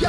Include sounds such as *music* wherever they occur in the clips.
又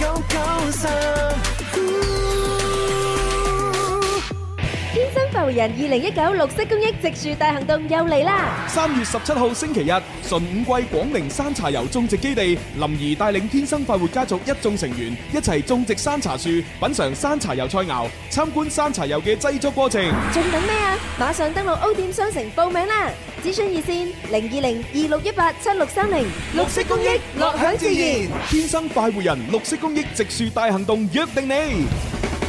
九九三。天生浮人二零一九綠色公益植樹大行動又嚟啦！三月十七號星期日，純五季廣寧山茶油種植基地，林兒帶領天生快活家族一眾成員一齊種植山茶樹，品嚐山茶油菜肴，參觀山茶油嘅製作過程。仲等咩啊？馬上登錄 O 店商城報名啦！諮詢熱線零二零二六一八七六三零，綠色公益，樂享自然。天生快活人綠色公益植樹大行動約定你。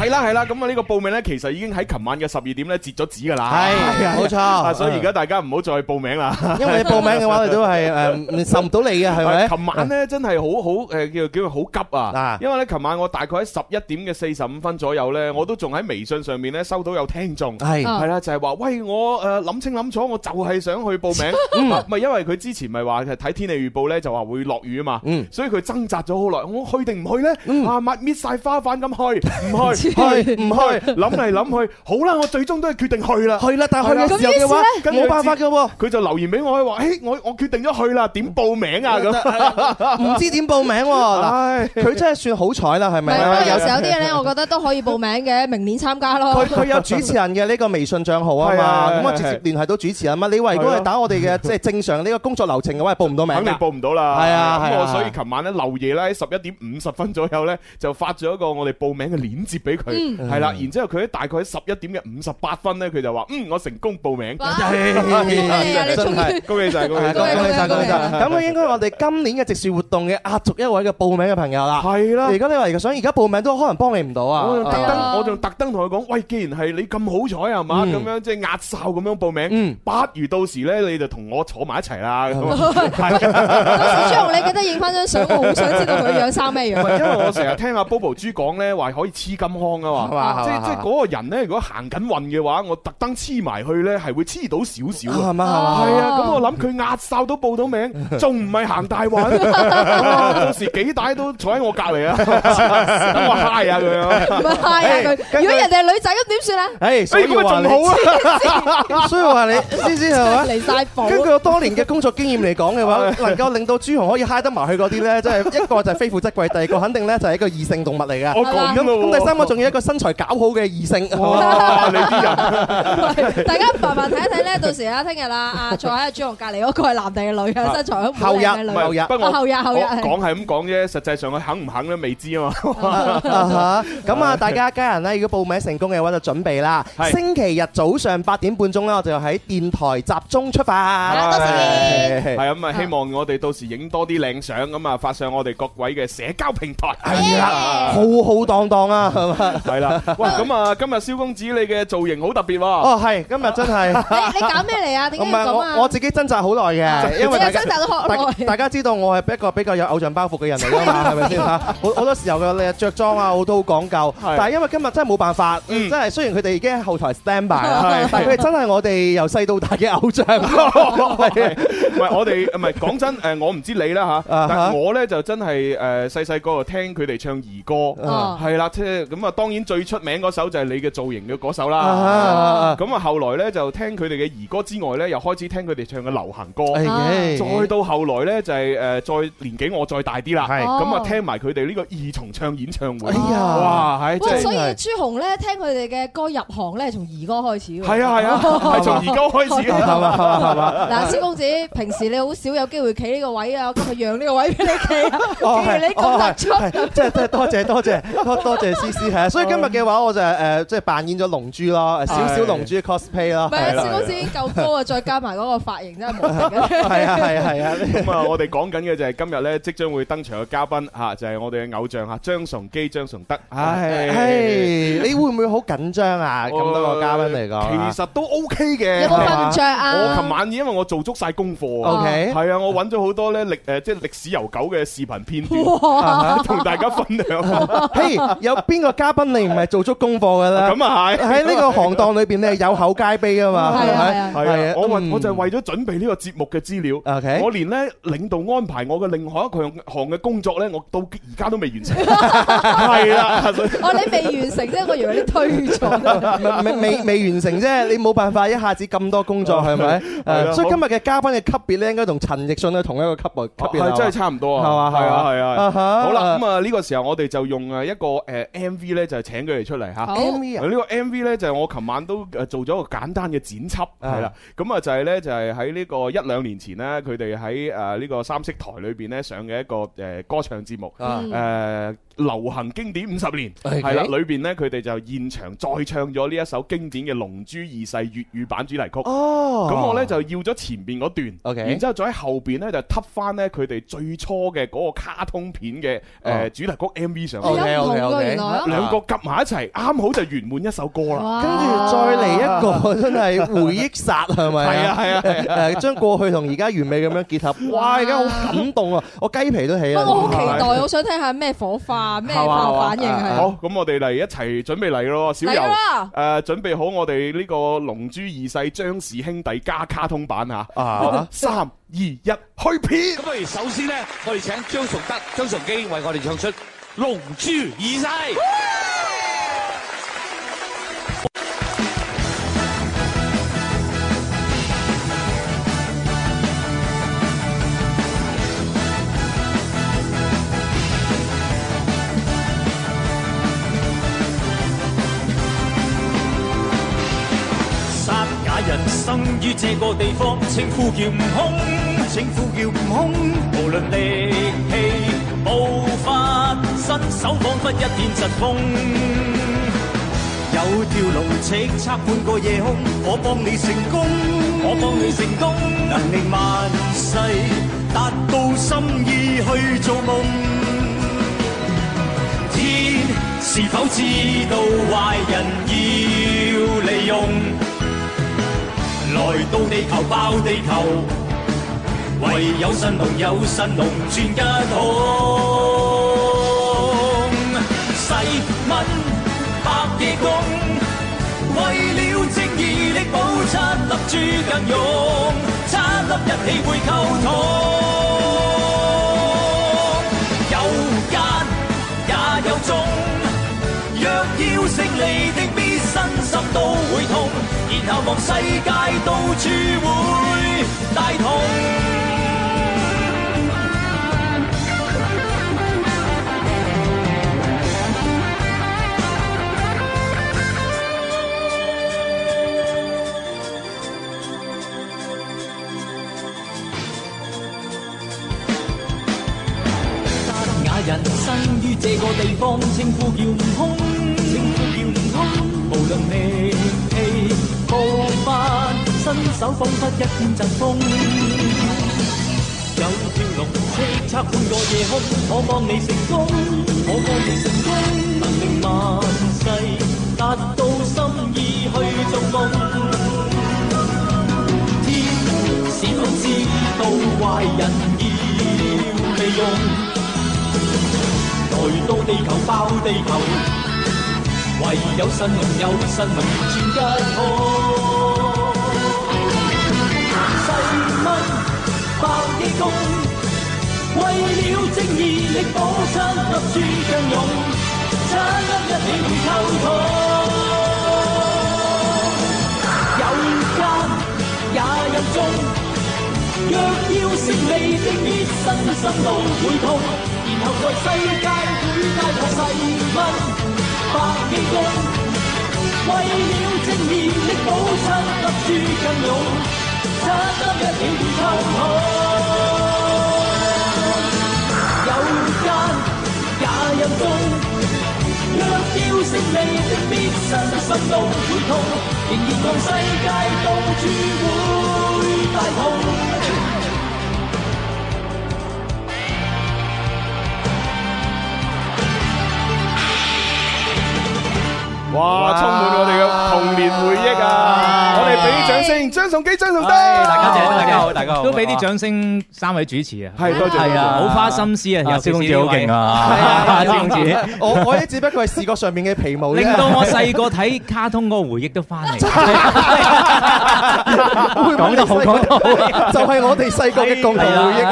係啦係啦，咁啊呢個報名咧，其實已經喺琴晚嘅十二點咧截咗止㗎啦。 *laughs* 係冇錯啊所以而家大家唔好再報名啦。因為你報名嘅話，你 *laughs* 都嗯係誒受唔到你嘅，係咪？琴晚咧真係好好誒叫叫佢好急啊！因為咧琴晚我大概喺十一點嘅四十五分左右咧，我都仲喺微信上面咧收到有聽眾係係啦，就係話喂我誒諗清諗楚，我就係想去 *laughs* 報名，唔係因為佢之前咪話睇天氣預報咧就話會落雨啊嘛，所以佢掙扎咗好耐，我去定唔去咧？啊抹搣晒花瓣咁去，唔 *laughs* 去，去唔去？諗嚟諗去，好啦，我最終都係決定去啦。去啦，但係去嘅時候嘅話，跟住冇辦法嘅喎，佢就留言俾我，佢話：，誒，我我決定咗去啦，點報名啊？咁。唔知點報名喎。嗱，唉，佢真係算好彩啦，係唔係，不過咪？有時有啲嘢咧，我覺得都可以報名嘅，明年參加咯佢。佢有主持人嘅呢個微信帳號啊係啊係嘛，啊咁啊係啊直接聯繫到主持人嘛。你話如果係係咯打我哋嘅即係正常呢個工作流程嘅話，係報唔到名肯定㗎。報唔到啦，係啊係咁啊我所以琴晚咧漏夜咧，喺十一點五十分左右咧，就發咗一個我哋報名嘅鏈接俾佢，嗯係啦，然之後佢喺大概喺十一點嘅五十八分咧，佢就話：，嗯，我成功報名， *laughs* 哇係你啊你真終係啊於 *laughs* 恭喜晒，恭喜恭晒，喜恭喜晒，晒恭喜晒！啊恭喜咁佢應該係我哋今年嘅植樹活動嘅壓軸一位嘅報名嘅朋友啦。係啦如。果你話而家想而家報名都可能幫你唔到啊。我仲特係登，啊我仲特登同佢講，喂，既然係你咁好彩啊係嘛，嗯咁樣即係壓哨咁樣報名嗯，不如到時咧你就同我坐埋一齊啦。咁啊到時朱紅，你記得影翻張相，我好想知道佢樣生咩唔樣。係因為我成日聽阿 Bobo 豬講咧，話可以黐金康啊嘛。係嘛即係係嘛即係係嘛嗰個人咧，如果行緊運嘅話，我特登黐埋去咧，係會黐到少少係啊。嘛係嘛。係啊，咁我諗佢壓哨都報到名，仲唔係行大運？哇到時幾大都坐喺我隔離啊，等我嗨下佢啊！唔係啊 *laughs* 佢，如果人哋係女仔咁點算啊？誒，所哎，以咁咪話仲好你，啊！所以話你先先係嘛？離晒譜。根據我多年嘅工作經驗嚟講 *laughs* 嘅話，能夠令到朱紅可以嗨得埋去嗰啲咧，即係一個就係非富則貴，第二個肯定咧就係一個異性動物嚟嘅。我講咁咯喎咁第三個仲要一個身材搞好嘅異性， *laughs* 哇！你啲人 *laughs* 大家麻煩睇一睇咧，到時啊，聽日啊，啊坐喺阿朱紅隔離嗰個係男定係女 À, 啊，身材好唔好後日靚嘅女唔後日係，不過我啊後日後日我講係咁講啫，實際上佢肯唔肯咧未知啊嘛。 *laughs* 啊 *laughs* 嚇！咁啊，大家家人咧，如果報名成功嘅話，就準備啦。係星期日早上八點半鐘啦，我就喺電台集中出發。多謝 *laughs* 係啊咁啊，希望我哋到時影多啲靚相咁啊，發上我哋各位嘅社交平台。係啊啦，浩浩蕩蕩啊，係嘛？系啦，喂，咁啊，今日蕭公子你嘅造型好特別喎，哦，係，今日真係。 *laughs* 你你搞咩嚟啊？點唔解要係咁啊？我我自己掙扎好耐嘅，因為大你家又掙扎到學大耐。大家知道我係一個比較有偶像包袱嘅人 *laughs* 嚟㗎嘛，係咪先嚇？好好多時候嘅你着裝啊，我都好講究。係但係因為今日真係冇辦法，嗯真係雖然佢哋已經喺後台 stand by 係啦，但係佢哋真係我哋由細到大嘅偶像。唔係啊係我哋唔係講 *laughs* 真，诶，我唔知你啦吓，啊哈但係我咧就真係诶細細個就聽佢哋唱兒歌，哦係啦，即係咁啊，當然最出名嗰首就係你嘅造型嘅嗰首啊啦。啊咁啊，後來咧就聽佢哋嘅兒歌之外咧，又開始聽佢哋唱嘅流行歌。哎啊耶再到後來咧就係诶再年紀我再大啲啦，係咁啊哦聽埋佢哋呢個二重唱演唱會哎。呀，哇，係真哇！係所以真係朱紅咧聽佢哋嘅歌入行咧，係從兒歌開始喎。係啊係 *laughs* 啊，係從兒歌開始嘅。係嘛係嘛係嘛？嗱，蕭公子，平時你好少有機會企呢個位啊，我今日讓呢個位俾你 *laughs* 企啊， *laughs* *laughs* 哦，既然你咁突出，係，係真係真係多謝多謝多多謝思思係啊！所以今日嘅話，我就係誒即係扮演咗龍珠咯，少少龍珠嘅 cosplay 咯唔，係係啦啊，蕭公子已經夠高啊，再加埋嗰個髮型真係無敵嘅。係啊係啊係啊！咁啊，我哋講緊嘅就係今日咧，即將會登場嘅嘉賓嚇，就係我哋嘅偶像嚇張崇基、張崇德。唉，唉，你會唔會好緊張啊？咁多個嘉賓嚟講，其實都 OK 嘅。有冇瞓唔着我琴啊？晚因為我做足晒功課多啊。 OK，係啊，我揾咗好多咧歷誒，即係歷史悠久嘅視頻片哇段，同大家分享。 *laughs* 嘿，有邊個嘉賓你唔係做足功課㗎啦？咁啊係，喺呢個行當裏邊，你係有口皆碑啊嘛，係啊咪？係啊，我為嗯我就係為咗準備呢個節目嘅資料 OK 我連咧領導安排我嘅另外一項項嘅工作咧，我到而家都未 *laughs* 完成。係啦，所以哦，你未完成啫，我以為你推咗。 *laughs* 未未未未完成啫，你冇辦法一下子咁多工作係咪？係誒啊所以今日嘅嘉賓嘅級別咧，應該同陳奕迅咧同一個級別級別啦係真係差唔多啊，係嘛係啊，係啊哈啊。好啊啦，咁啊呢個時候我哋就用誒一個誒 M V 咧，就係請佢哋出嚟嚇。好 MV 啊呢個 M V 咧就係我琴晚都誒做咗個簡單嘅剪輯，係啦，咁啊就係咧就係喺呢個一兩年前咧，佢哋喺誒呢個三色台裏邊咧上嘅一個誒歌唱節目，啊誒流行經典五十年， OK 係啦，裏邊咧佢哋就現場再唱咗呢一首經典嘅《龍珠二世》粵語版主題曲。哦，咁我咧就要咗前邊嗰段 OK 然之後再喺後邊咧就揼翻咧佢哋最初嘅嗰個卡通片嘅哦誒主題曲 MV 上有面， OK 唔同 OK 㗎 OK，原來啊兩個夾埋一齊，啱好就圓滿一首歌啦。 *laughs* 跟住再嚟一個 *laughs* 真係回憶殺係咪係啊係啊係 *laughs* 誒將過去同而家完美咁樣結合，哇！而家好感動啊，我雞皮都起啦。不過我好期待，我想睇下咩火花、咩化反應係。好，咁我哋嚟一齊準備嚟咯，小嚟游。啦！誒，準備好我哋呢個《龍珠二世》張氏兄弟加卡通版嚇，啊好三二一，去片。咁不如首先咧，我哋請張崇德、張崇基為我哋唱出《龍珠二世》。三假人生於這個地方，稱呼叫悟空，稱呼叫悟空。無論力氣、步伐、身手，彷彿一片疾風。有條龍叱咤半個夜空，我幫你成功，我幫你成功，能令萬世達到心意去做夢。天是否知道壞人要利用？來到地球爆地球，唯有神龍有神龍轉一通。細蚊百夜功，為了正義的寶刷粒珠更勇，刷粒一起會溝通。有間也有中，若要勝利的必身心都會痛，然後望世界到處會大同。雅人生於這個地方，稱呼叫悟空，稱呼叫悟空。無論力氣、步伐、身手，彷彿一片疾風。有條龍叱咤半個夜空，我望你成功，我望你成功，能令萬世達到心意去做夢。天是否知道壞人要利用？來到地球爆地球，唯有神龍有神龍轉一套。細蚊百億功，為了正義力保出粒珠更勇，差粒一起會溝通。有奸也有忠。若要勝利，的必身心都會痛，然後在世界會帶來細蚊百幾公。為了正義的保親，粒珠更勇，七得一起會溝通。有奸也有忠，若要勝利，的必身心都會痛，仍然望世界到處會大同。哇！充滿我哋嘅童年回憶啊！我哋俾掌掌聲，張崇基、張崇德，大家好，大家好，大家好，都俾啲掌聲三位主持啊，係多謝係啊，多謝好花心思啊，啊尤其蕭公是子呢好位勁啊係 *laughs* 啊，蕭公子。 *laughs* 我我啲只不過係視覺上面嘅皮毛啫， *laughs* 令到我細個睇卡通嗰個回憶都翻嚟， *laughs* 會唔會講得好，講得好，就係我哋細個嘅共同回憶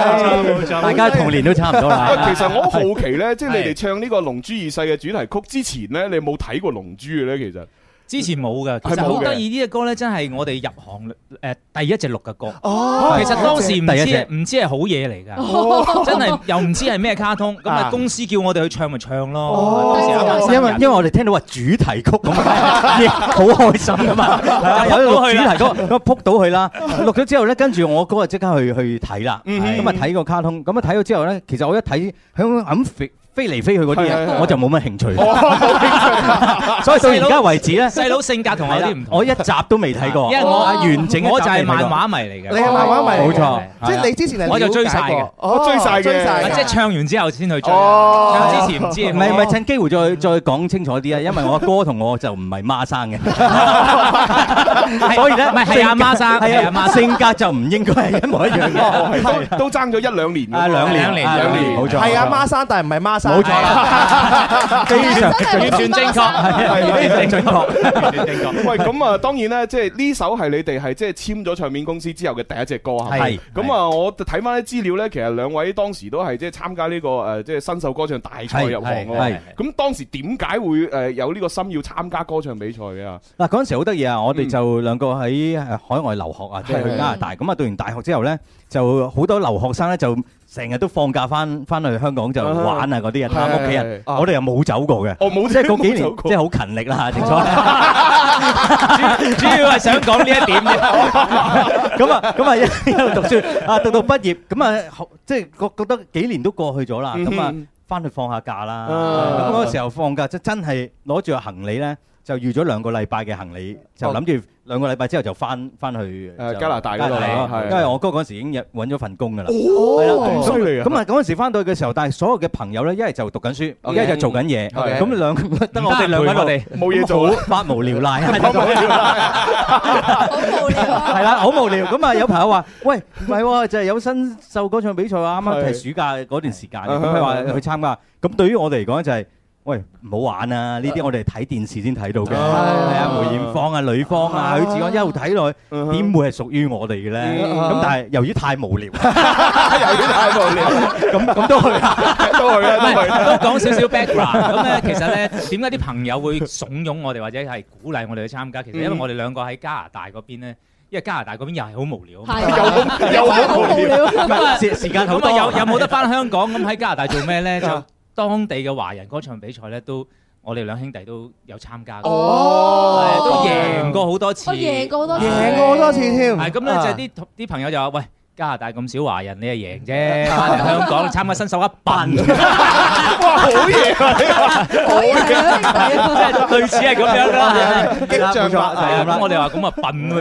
啊！大家童年都差唔多喂，啦。其實我好好奇咧，即係你哋係唱呢個《龍珠二世》嘅主題曲之前咧，你有冇睇過《龍珠》嘅咧？其實之前冇嘅，其係實冇嘅好得意呢只歌咧，真係我哋入行誒第一隻錄嘅歌。哦其實當時唔第一知隻唔知係好嘢嚟㗎，真係又唔知係咩卡通，咁啊啊公司叫我哋去唱咪唱咯。當時有班新因為因為我哋聽到話主題曲咁，啊 *laughs* 好開心噶嘛，啊啊有啲錄主題曲，咁撲到佢啦。錄咗之後咧，跟住我嗰日即刻去去睇啦，嗯咁啊睇個卡通，咁啊睇咗之後咧，其實我一睇響咁飛飛嚟飛去嗰啲啊嘢，我就冇乜興哦趣。 *laughs* 所以到而家為止咧，細佬性格同我有啲唔同，我一集都未睇過，哦啊因為我完整哦我就係漫畫迷嚟你嘅。係漫畫迷，冇錯即係你之前係我就追晒嘅了解過，我追晒嘅追晒啊嘅即係唱完之後先去追哦啊，唱之前唔知。唔係唔係，趁機會再再講清楚啲啊，因為我哥同我就唔係 *laughs* 孖生嘅，所以 *laughs* 咧唔係係阿媽生係阿係媽啊，生性格就唔應該係一模一樣嘅。都都爭咗一兩年㗎啊，兩年，兩年啊兩年冇錯，係啊，冇錯孖生但係唔係孖啊生，冇錯 *laughs* 啦， *laughs* 非常啊完全正確，非常準確。 *laughs* 喂，咁啊，當然咧，即係呢首係你哋係即係簽咗唱片公司之後嘅第一隻歌係咪係咁啊，我睇翻啲資料咧，其實兩位當時都係即係參加呢個誒即係新秀歌唱大賽入行係係喎係。咁當時點解會誒有呢個心要參加歌唱比賽嘅啊？嗱嗰陣時好得意啊！我哋就兩個喺誒海外留學啊，即係去加拿大。咁啊，讀完大學之後咧，就好多留學生咧就成日都放假翻翻去香港就玩啊嗰啲啊，探屋企人。係我哋又冇走過嘅。哦，冇即係嗰冇幾年走，過即係好勤力啦，正所謂。主要係想講呢一點啫。咁啊， *laughs* 咁啊一一路讀書啊，讀到畢業，咁啊，後即係覺覺得幾年都過去咗啦，嗯哼 Ờ。咁啊，翻去放下假啦。啊咁嗰個時候放假，即真係攞住個行李咧，就預咗兩個禮拜嘅行李，就諗住兩個禮拜之後就翻翻去誒就加拿大嗰度加拿大係因為我哥嗰陣時已經有揾咗份工㗎啦。哦，咁犀利啊！咁啊，嗰陣時翻到去嘅時候，但係所有嘅朋友咧，一係就讀緊書，一 OK 係就做緊嘢， OK 咁兩個得我哋兩個陪我哋冇嘢做咁好百無 *laughs* 聊賴，好無聊啊！係啦，好無聊。咁啊，有朋友話：喂，唔係喎，就係有新秀歌唱比賽啊，啱啱係係暑假嗰段時間，嗯咁佢話去參加。咁對於我哋嚟講就係。喂，唔好玩啊！呢啲我哋睇電視先睇到嘅，係啊，梅艷芳啊、呂方啊、許志安一路睇落去，點會係屬於我哋嘅咧？嗯咁但係由於太無聊， *laughs* 有啲太無聊，咁咁都去啦。 *laughs* 都去唔啦，都去啦。係都講少少 background。咁咧，其實咧，點解啲朋友會慫恿我哋或者係鼓勵我哋去參加？其實因為我哋兩個喺加拿大嗰邊咧，因為加拿大嗰邊又係好無聊啊嘛。係又啊好又好無聊。咁啊時時間好咁多，啊，有有冇得翻香港？咁喺加拿大做咩咧？就當地嘅華人歌唱比賽咧，都我哋兩兄弟都有參加過，係哦，都贏過好多次。我贏過好多次，贏過好多次添，係咁咧，就係啲同啲朋友就話：喂，加拿大咁少華人，你係贏 *laughs* 啫，翻嚟香港參加新手一 *laughs* 笨，哇，好嘢啊！我贏啊！類似係咁樣啦。激將法係啊，咁我哋話咁啊笨 *laughs* 喎，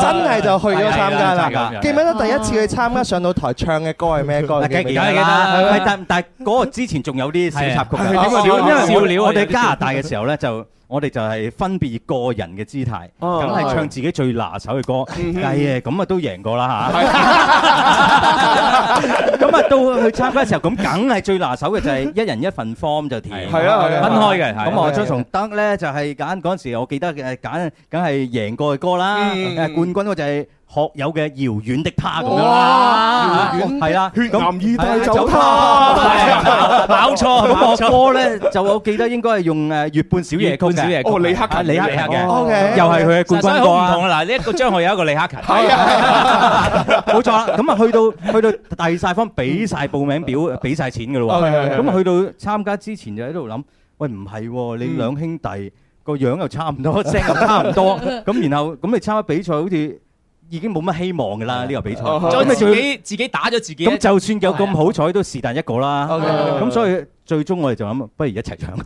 真係就去咗參加係啊係啦啊！記唔記得第一次去參加上到台唱嘅歌係咩歌？嗱，記唔記梗係得記得啦，係咪但但嗰個之前仲有啲小插曲啊係㗎，點啊因為我哦笑料啊有我哋啲加拿大嘅時候咧，就我哋就係分別以個人嘅姿態，哦梗係唱自己最拿手嘅歌，係咁啊都贏過啦嚇。咁啊到去參加嘅時候，咁梗係最拿手嘅就係一人一份 form 就填。係啊係啊分開嘅，係咁我張崇德咧就係揀嗰陣時，我記得嘅揀梗係贏過嘅歌啦，嗯誒冠軍嗰就係學友嘅《遙遠的他》咁樣哇啦，遙遠係啦，血咁癌意大係走走他。 *laughs* 係搞錯，咁我歌咧就我記得應該係用誒月半小夜曲半小嘅，夜曲，哦，李克啊勤，李克勤李克嘅，勤？O K，又係佢嘅冠所以好軍歌唔啊，同啦。呢一個張學友，一個李克勤，係啊，冇錯啦。咁啊去到去到第晒方俾晒報名表，俾晒錢嘅咯哦係係係喎。啊咁去到參加之前就喺度諗，喂唔係喎，你兩嗯兄弟個樣又差唔 *laughs* 多，聲又差唔多，咁然後咁你參加比賽好似已經冇乜希望㗎啦呢個比賽，哦再咁你自仲要己自己打咗自己。咁就算有咁好彩都是但一個啦。哦 OK，咁所以最終我哋就諗，不如一齊唱。不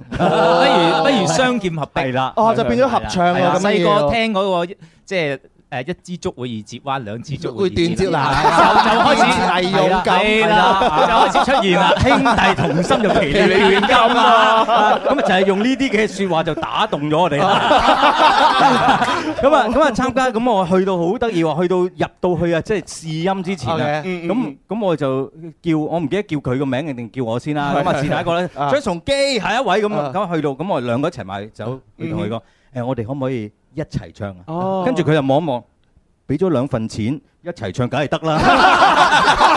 如不如雙劍合璧係啦。哦就變咗合唱係喎，啦咁細樣要個聽嗰個即係誒誒一支竹會易折彎，兩支竹會易斷節啦就就開始係勇敢係啦，係啦係啦就開始出現啦，兄弟同心就其利斷金啊！咁啊就係用呢啲嘅説話就打動咗我哋啦。 *laughs* 咁啊咁啊參加咁我去到好得意 à, 喎，去到入到去啊，即係試音之前啊， OK，嗯咁咁我就叫我唔記得叫佢個名定叫我先啦。咁啊 *laughs* 係是但一個咧，Ờ. 啊張崇基下一位咁啊啊咁去到咁我兩個一齊埋走，去同佢講誒，我哋可唔可以一齊唱啊？哦跟住佢又望一望，俾咗兩份錢，一齊唱梗係得啦。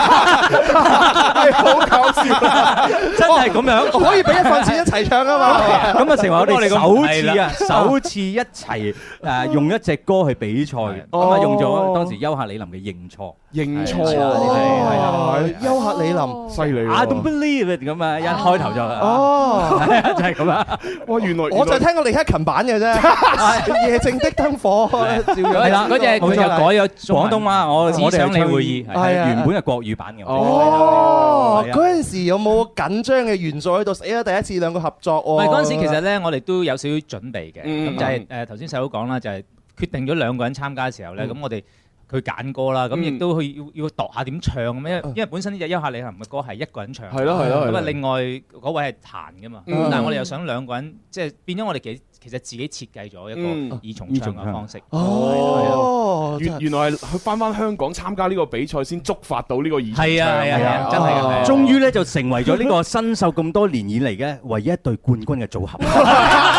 好搞笑， *laughs* 真係咁樣，可以俾一份錢一齊唱啊嘛。 *laughs* 咁啊，成為我哋首次啊，係啦首次一齊誒用一隻歌去比賽，咁啊哦用咗當時優客李林嘅認錯，認錯係啊係啊係啊哦，休克李林，犀利，I don't believe it 咁啊，一開頭就哦係 *laughs* 啊就係咁啊，哇原來我就聽過李克勤 *laughs* 版嘅啫，夜靜的燈火，照樣係啦，嗰隻佢就改咗廣東話，我我我哋想你唱會議係係係啊原本係國語版嘅。哦，係啊嗰陣時有冇緊張嘅元素喺度？死啦！第一次兩個合作唔喎。係嗰陣時，其實咧，我哋都有少少準備嘅。嗯咁就係誒頭先細佬講啦，就係決定咗兩個人參加嘅時候咧，嗯咁我哋佢揀歌啦，咁嗯亦都去要要度下點唱咁，因為因為本身呢隻休客李行嘅歌係一個人唱，係咯係咯係咁咯啊，另外嗰位係彈噶嘛，嗯但係我哋又想兩個人，即係變咗我哋幾其實自己設計咗一個嗯二重唱嘅方式。哦，原原來係去翻翻香港參加呢個比賽先觸發到呢個現象。係啊係啊係啊，真係嘅係啊。終於咧就成為咗呢個新秀咁多年以嚟嘅唯一一對冠軍嘅組合。 *laughs*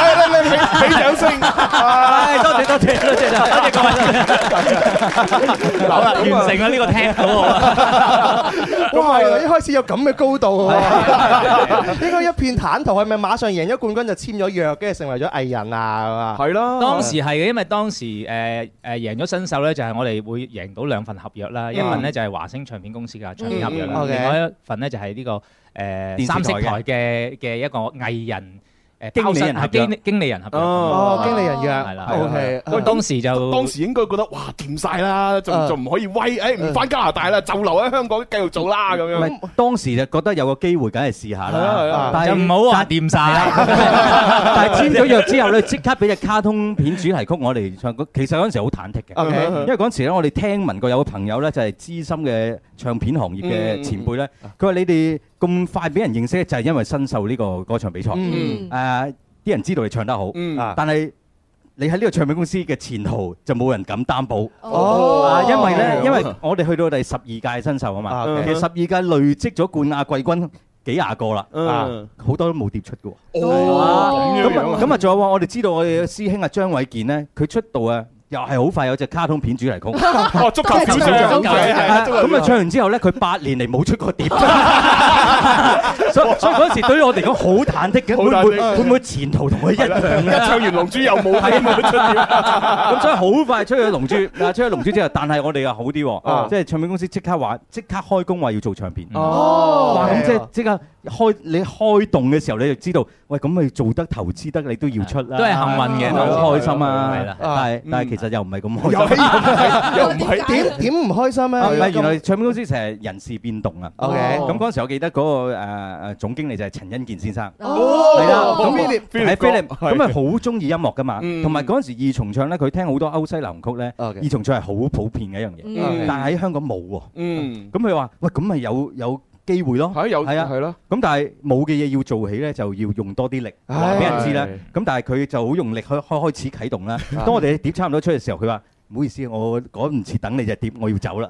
嚟嚟嚟，俾掌聲！唉多謝多謝多謝多謝各位。好啦，完成啊啦呢個聽到啊我啦。哇！一開始有咁嘅高 *laughs* 度喎，應該一片坦途，係咪馬上贏咗冠軍就簽咗約，跟住成為咗藝人啊？係啦當時係嘅，因為當時誒誒贏咗新秀咧，就係我哋會贏到兩份合約啦，嗯一份咧就係華星唱片公司嘅唱片合約嗯啦， OK 另外一份咧就係呢個電視誒台三嘅色台嘅嘅一個藝人誒經包理人合身約係經經理人合約。哦，經理人約係啦，OK。咁當時就當時應該覺得哇掂晒啦，仲啊仲唔可以威？誒唔翻加拿大啦，就留喺香港繼續做啦咁唔樣。係當時就覺得有個機會，梗係試下係啊係啊啦。但就係唔好話掂晒， *laughs* *laughs* 但係簽咗約之後咧，即刻俾只卡通片主題曲我哋唱歌。其實嗰陣時好忐忑嘅 OK 因為嗰陣時咧，我哋聽聞過有個朋友咧，就係資深嘅唱片行業嘅前輩咧，佢話你哋咁快俾人認識咧，就係因為新秀呢個歌唱比賽。嗯誒，啲人知道你唱得好，但係你喺呢個唱片公司嘅前途就冇人敢擔保。哦啊，因為咧，因為我哋去到第十二屆新秀啊嘛， OK 其實十二屆累積咗冠亞季軍幾廿個啦，嗯啊好多都冇碟出嘅喎。哦咁樣咁啊啊咁啊，仲有喎我哋知道我哋嘅師兄啊張偉健咧，佢出道啊。又係好快有隻卡通片主題曲， *laughs* 哦足球小將足球小將係係係足球小將咁啊唱完之後咧，佢八年嚟冇出過碟，啊 *laughs* 所以所以嗰時對於我嚟講好忐忑嘅，好會唔忐會忑會唔會前途同佢一樣啊一咧？唱完龍珠又冇睇冇出碟。咁所以好快吹咗龍珠，嗱吹咗龍珠之後，但係我哋又好啲啊喎，即係唱片公司即刻話即刻開工話要做唱片。哦哇！咁即係即刻開你開動嘅時候，你就知道，喂咁咪做得投資得，你都要出啦。都係幸運嘅好開心啊！係啦但係嗯但係其實又唔係咁開又心。又唔係點點唔開心啊唔係咧？原來唱片公司成日人事變動啊。 OK 咁嗰陣時我記得嗰個誒誒總經理就係陳欣健先生。哦係啦，咁 Philip，係 Philip，係咁啊好中意音樂噶嘛，嗯同埋嗰陣時二重唱咧，佢聽好多歐西流行曲咧， OK 二重唱係好普遍嘅一樣嘢嗯，但係喺香港冇喎。 *laughs* 嗯，咁佢話：喂，咁咪有有機會咯。係有係啊係咯，咁但係冇嘅嘢要做起咧，就要用多啲力話俾人知啦。咁但係佢就好用力開開開始啟動啦。當我哋碟差唔多出嘅時候，佢話。唔好意思，我趕唔切等你隻碟，我要走啦。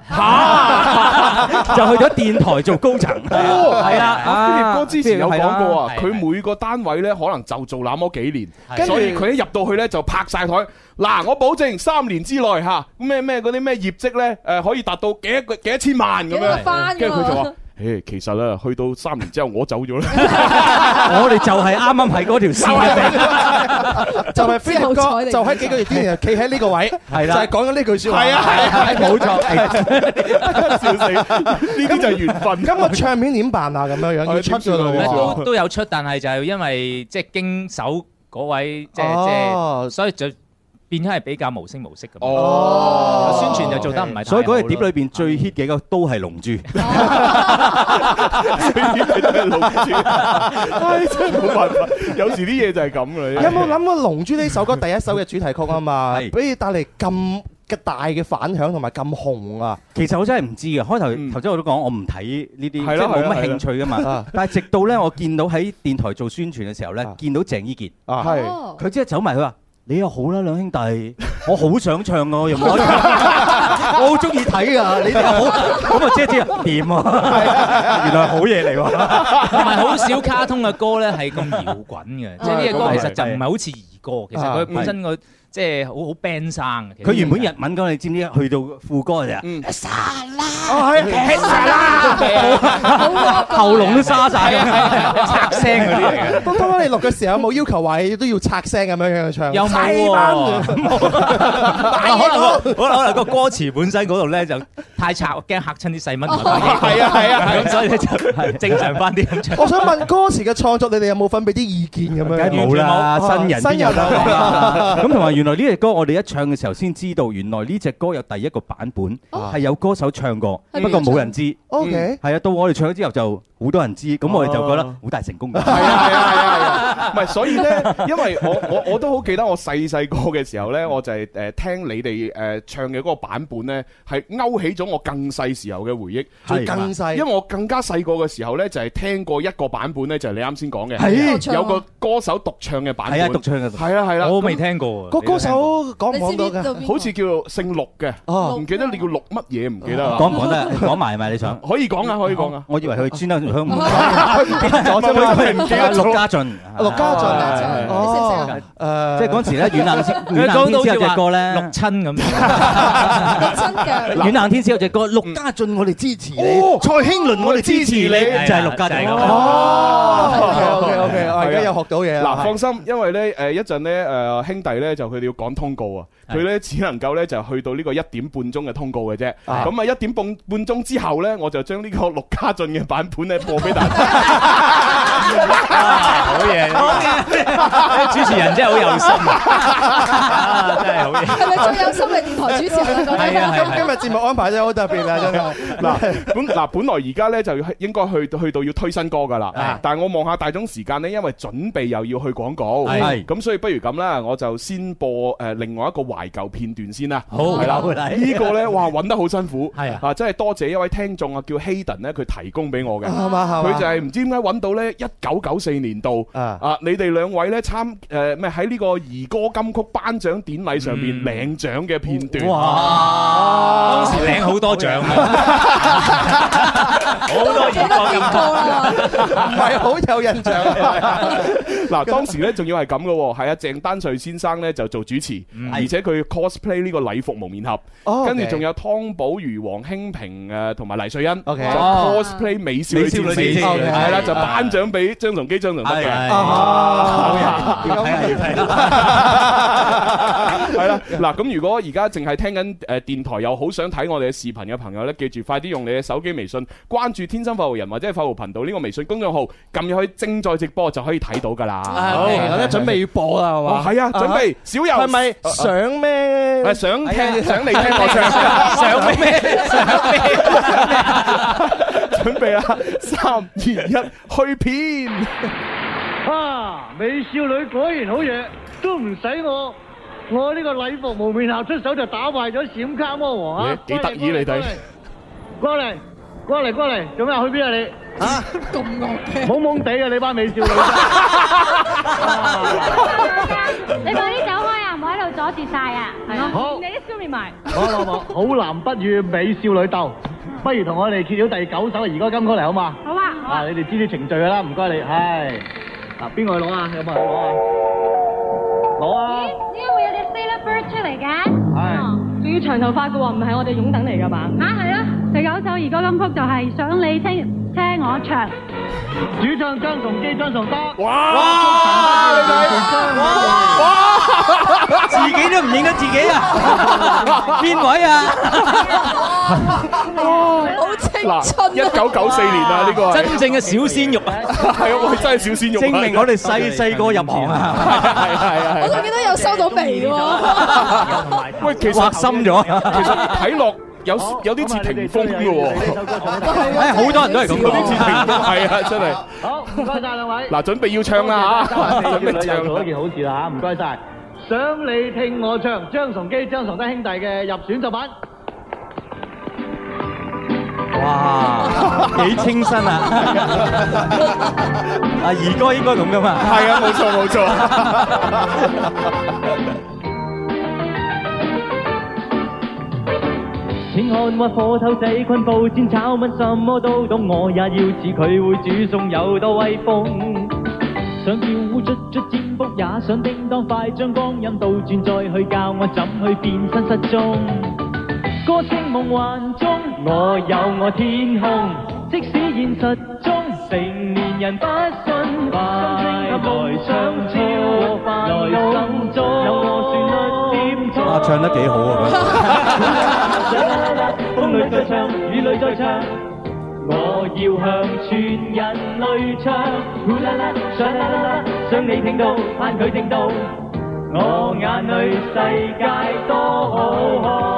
就去咗電台做高層，哦係啊。阿 Philip 哥之前有講過啊，係佢每個單位咧可能就做那麼幾跟年，住所以佢一入到去咧就拍晒台。嗱，我保證三年之內嚇咩咩嗰啲咩業績咧，誒可以達到幾多幾多千萬咁幾多個樣。番㗎跟住佢就話：誒其實啊，去到三年之後我走咗啦。我哋就係啱啱喺嗰條線度，就係 Philip 之後彩哥，嚟就喺幾個月之前就企喺呢個位，係就啦係講緊呢句説話。係啊 *laughs* 係冇錯。係笑死！呢啲就係緣分。咁個唱片點辦啊？咁樣樣要出咗係點算啊咯都都有出，但係就係因為即係經手嗰位，即係即哦係，所以就變咗係比較無聲無息咁。哦宣傳就做得唔係，所以嗰隻碟裏邊最 hit 嘅個都係《龍珠》。你都係老主，唉，真係冇辦法。有時啲嘢就係咁啦。有冇諗過《龍珠》呢首歌第一首嘅主題曲啊嘛，係俾你帶嚟咁嘅大嘅反響同埋咁紅啊？ *laughs* 其實我真係唔知嘅，開頭頭先我都講我唔睇呢啲，即係係咯冇乜係咯興趣噶係咯嘛啊。但係直到咧，我見到喺電台做宣傳嘅時候咧，見到鄭伊健，啊係哦佢即係走埋佢話：你又好啦，兩兄弟，我好想唱㗎， *laughs* 我又唔可以，我好中意睇㗎，你哋又好， *laughs* 咁啊即係知啊掂喎， *laughs* 原來好嘢嚟喎。同埋好少卡通嘅歌咧係咁搖滾 *laughs* 嘅，即係呢只歌其實就唔係好似兒歌，其實佢本身個即係好好 band 生嘅。其實佢原本日文歌，你知唔知？去到副歌就哦 *laughs* 係 *laughs* 喉嚨都沙晒，拆聲嗰啲嚟嘅。當當你錄嘅時候有冇要求話都要拆聲咁樣樣唱？又 *laughs* 冇喎可能可能可能個歌詞本身嗰度咧就太拆，我驚嚇親啲細蚊。係啊係啊係啊咁所以咧就正常翻啲咁唱。我 *laughs* 想問歌詞嘅創作，你哋有冇份俾啲意見咁樣？梗係冇啦，完全冇新人新人邊有得講啊啊 *laughs* 咁同埋原來呢只歌我哋一唱嘅時候先知道，原來呢只歌有第一個版本係有歌手唱過，係不過冇人知。 OK 嗯係啊，到我哋唱咗之後就好多人知，咁我哋就覺得好大成功。 *laughs* 唔係，所以咧，因為我 *laughs* 我我都好記得我細細個嘅時候咧，我就係誒聽你哋誒唱嘅嗰個版本咧，係勾起咗我更細時候嘅回憶。仲更細因為我更加細個嘅時候咧，就係聽過一個版本咧，就係你啱先講係嘅，有個歌手獨唱嘅版本。係啊獨唱嘅。係啊係啦，我未聽過啊個歌手講唔講到你知唔知㗎？好似叫姓陸嘅，唔記得你叫陸乜嘢，唔記得啦。講 *laughs* 唔講得？講埋咪你想？可以講啊，可以講啊。我以為佢專登想唔咗啫嘛唔記得咗陸家俊，陸家俊啊係係係哦誒即係嗰時咧，軟硬天佢軟講硬到好天之似有隻話歌咧， *laughs* 六親咁。軟硬天之有隻歌，陸家俊我哋支持你，蔡興麟我哋支持你，就係陸家俊。哦，OK，OK，OK，我而家又學到嘢啦嗱，放心，因為咧誒一陣咧誒兄弟咧就佢哋要趕通告啊，佢咧只能夠咧就去到呢個一點半鐘嘅通告嘅啫。啊咁啊一點半半鐘之後咧，我就將呢個陸家俊嘅版本咧播俾 *laughs* 大家。*laughs* 好嘢，主持人真係好有心啊，真係好嘢。係咪最有心嘅電台主持人啊？覺得今日節目安排真係好特別啊！真係 *laughs* 嗱，本嗱本來而家咧就要應該去去到要推新歌噶啦係，但係我望下大鐘時間呢，因為準備又要去廣告，係咁所以不如咁啦，我就先播誒另外一個懷舊片段先啦。好係好啦，嚟呢個咧哇揾得好辛苦，係啊真係多謝一位聽眾啊，叫 Hayden 咧，佢提供俾我嘅，係嘛係嘛佢就係唔知點解揾到咧一九九四年度啊，你哋兩位咧參誒咩喺呢個兒歌金曲頒獎典禮上邊領獎嘅片段。哇！當時領好多獎啊，好多兒歌金曲唔係好有印象 *laughs* 嗱，當時咧仲要係咁嘅喎，係啊，鄭丹瑞先生咧就做主持，而且佢 cosplay 呢個禮服蒙面哦俠，跟住 OK 仲有湯寶如、黃興平誒同埋黎瑞恩就 OK 哦 cosplay 美少女美少女戰士，戰士係啦，係就頒獎俾張崇基、張崇德嘅。係啊好嘢係啦，嗱咁如果而家淨係聽緊誒電台又好想睇我哋嘅視頻嘅朋友咧，記住快啲用你嘅手機微信關注天生快活人或者係快活頻道呢個微信公眾號，撳入去正在直播就可以睇到㗎啦。好，我咧準備要播啦，係嘛哦？係啊準備小游係咪想咩？係想聽想你聽我唱，想咩？ *laughs* 準備啦，三二一，去片。啊！美少女果然好嘢，都唔使我，我呢個禮服無面校出手就打壞咗閃卡魔王啊！咦幾得意你哋過嚟，過嚟，過嚟，做咩啊去邊 *laughs* 啊你？啊，咁惡嘅，懵懵地啊你班美 *laughs* 少女真係，你快啲走開啊！唔好喺度阻住晒啊！係啊，好你啲消滅埋。好老母，好男不與美少女鬥，不如同我哋揭曉第九首嘅兒歌金曲嚟好嘛？好啊，好啊啊，。你哋知啲程序噶啦，唔該你，唉，嗱邊個去攞啊？有冇人攞啊？攞啊！點解會有隻 Sailor Bird 出嚟嘅？係仲要長頭髮嘅喎，唔係我哋擁等嚟噶嘛？啊，係啊！第九首兒歌金曲就係想你聽聽我唱。主唱張崇基、張崇德。哇！哇！自己都唔認得自己啊！邊位啊？好嗱，一九九四年啊，呢個係真正嘅小鮮肉啊！係啊，喂，真係小鮮肉啊，證明我哋細細個入行啊！係係係。我仲記得有收到眉喎。 *laughs* 喂，其實劃深咗其實睇落有有啲似屏風嘅喎，哎好多人都係咁講有啲似屏風，係啊，真係。好，唔該晒兩位。嗱，準備要唱啦嚇，準美少備女又唱做一件好事啦嚇，唔該晒。想你聽我唱張崇基、張崇德兄弟嘅入選作品。哇，幾清新啊！ *laughs* 阿兒哥應該咁噶嘛？係啊，冇錯冇錯。請看屈火頭仔坤布煎炒炆什麼都懂，我也要似佢會煮餸有多威風。想叫烏卒卒占卜，也想叮當快將光陰倒轉，再去教我怎去變身失蹤。歌聲夢幻中，我有我天空，即使現實中成年人不信，快來唱超來心中有我旋律點中。啊，唱得幾好啊！佢 *laughs* 風裏再唱，雨裏再唱，我要向全人類唱。呼啦啦，上啦啦啦，想你聽到，盼佢聽到，我眼裏世界多好看。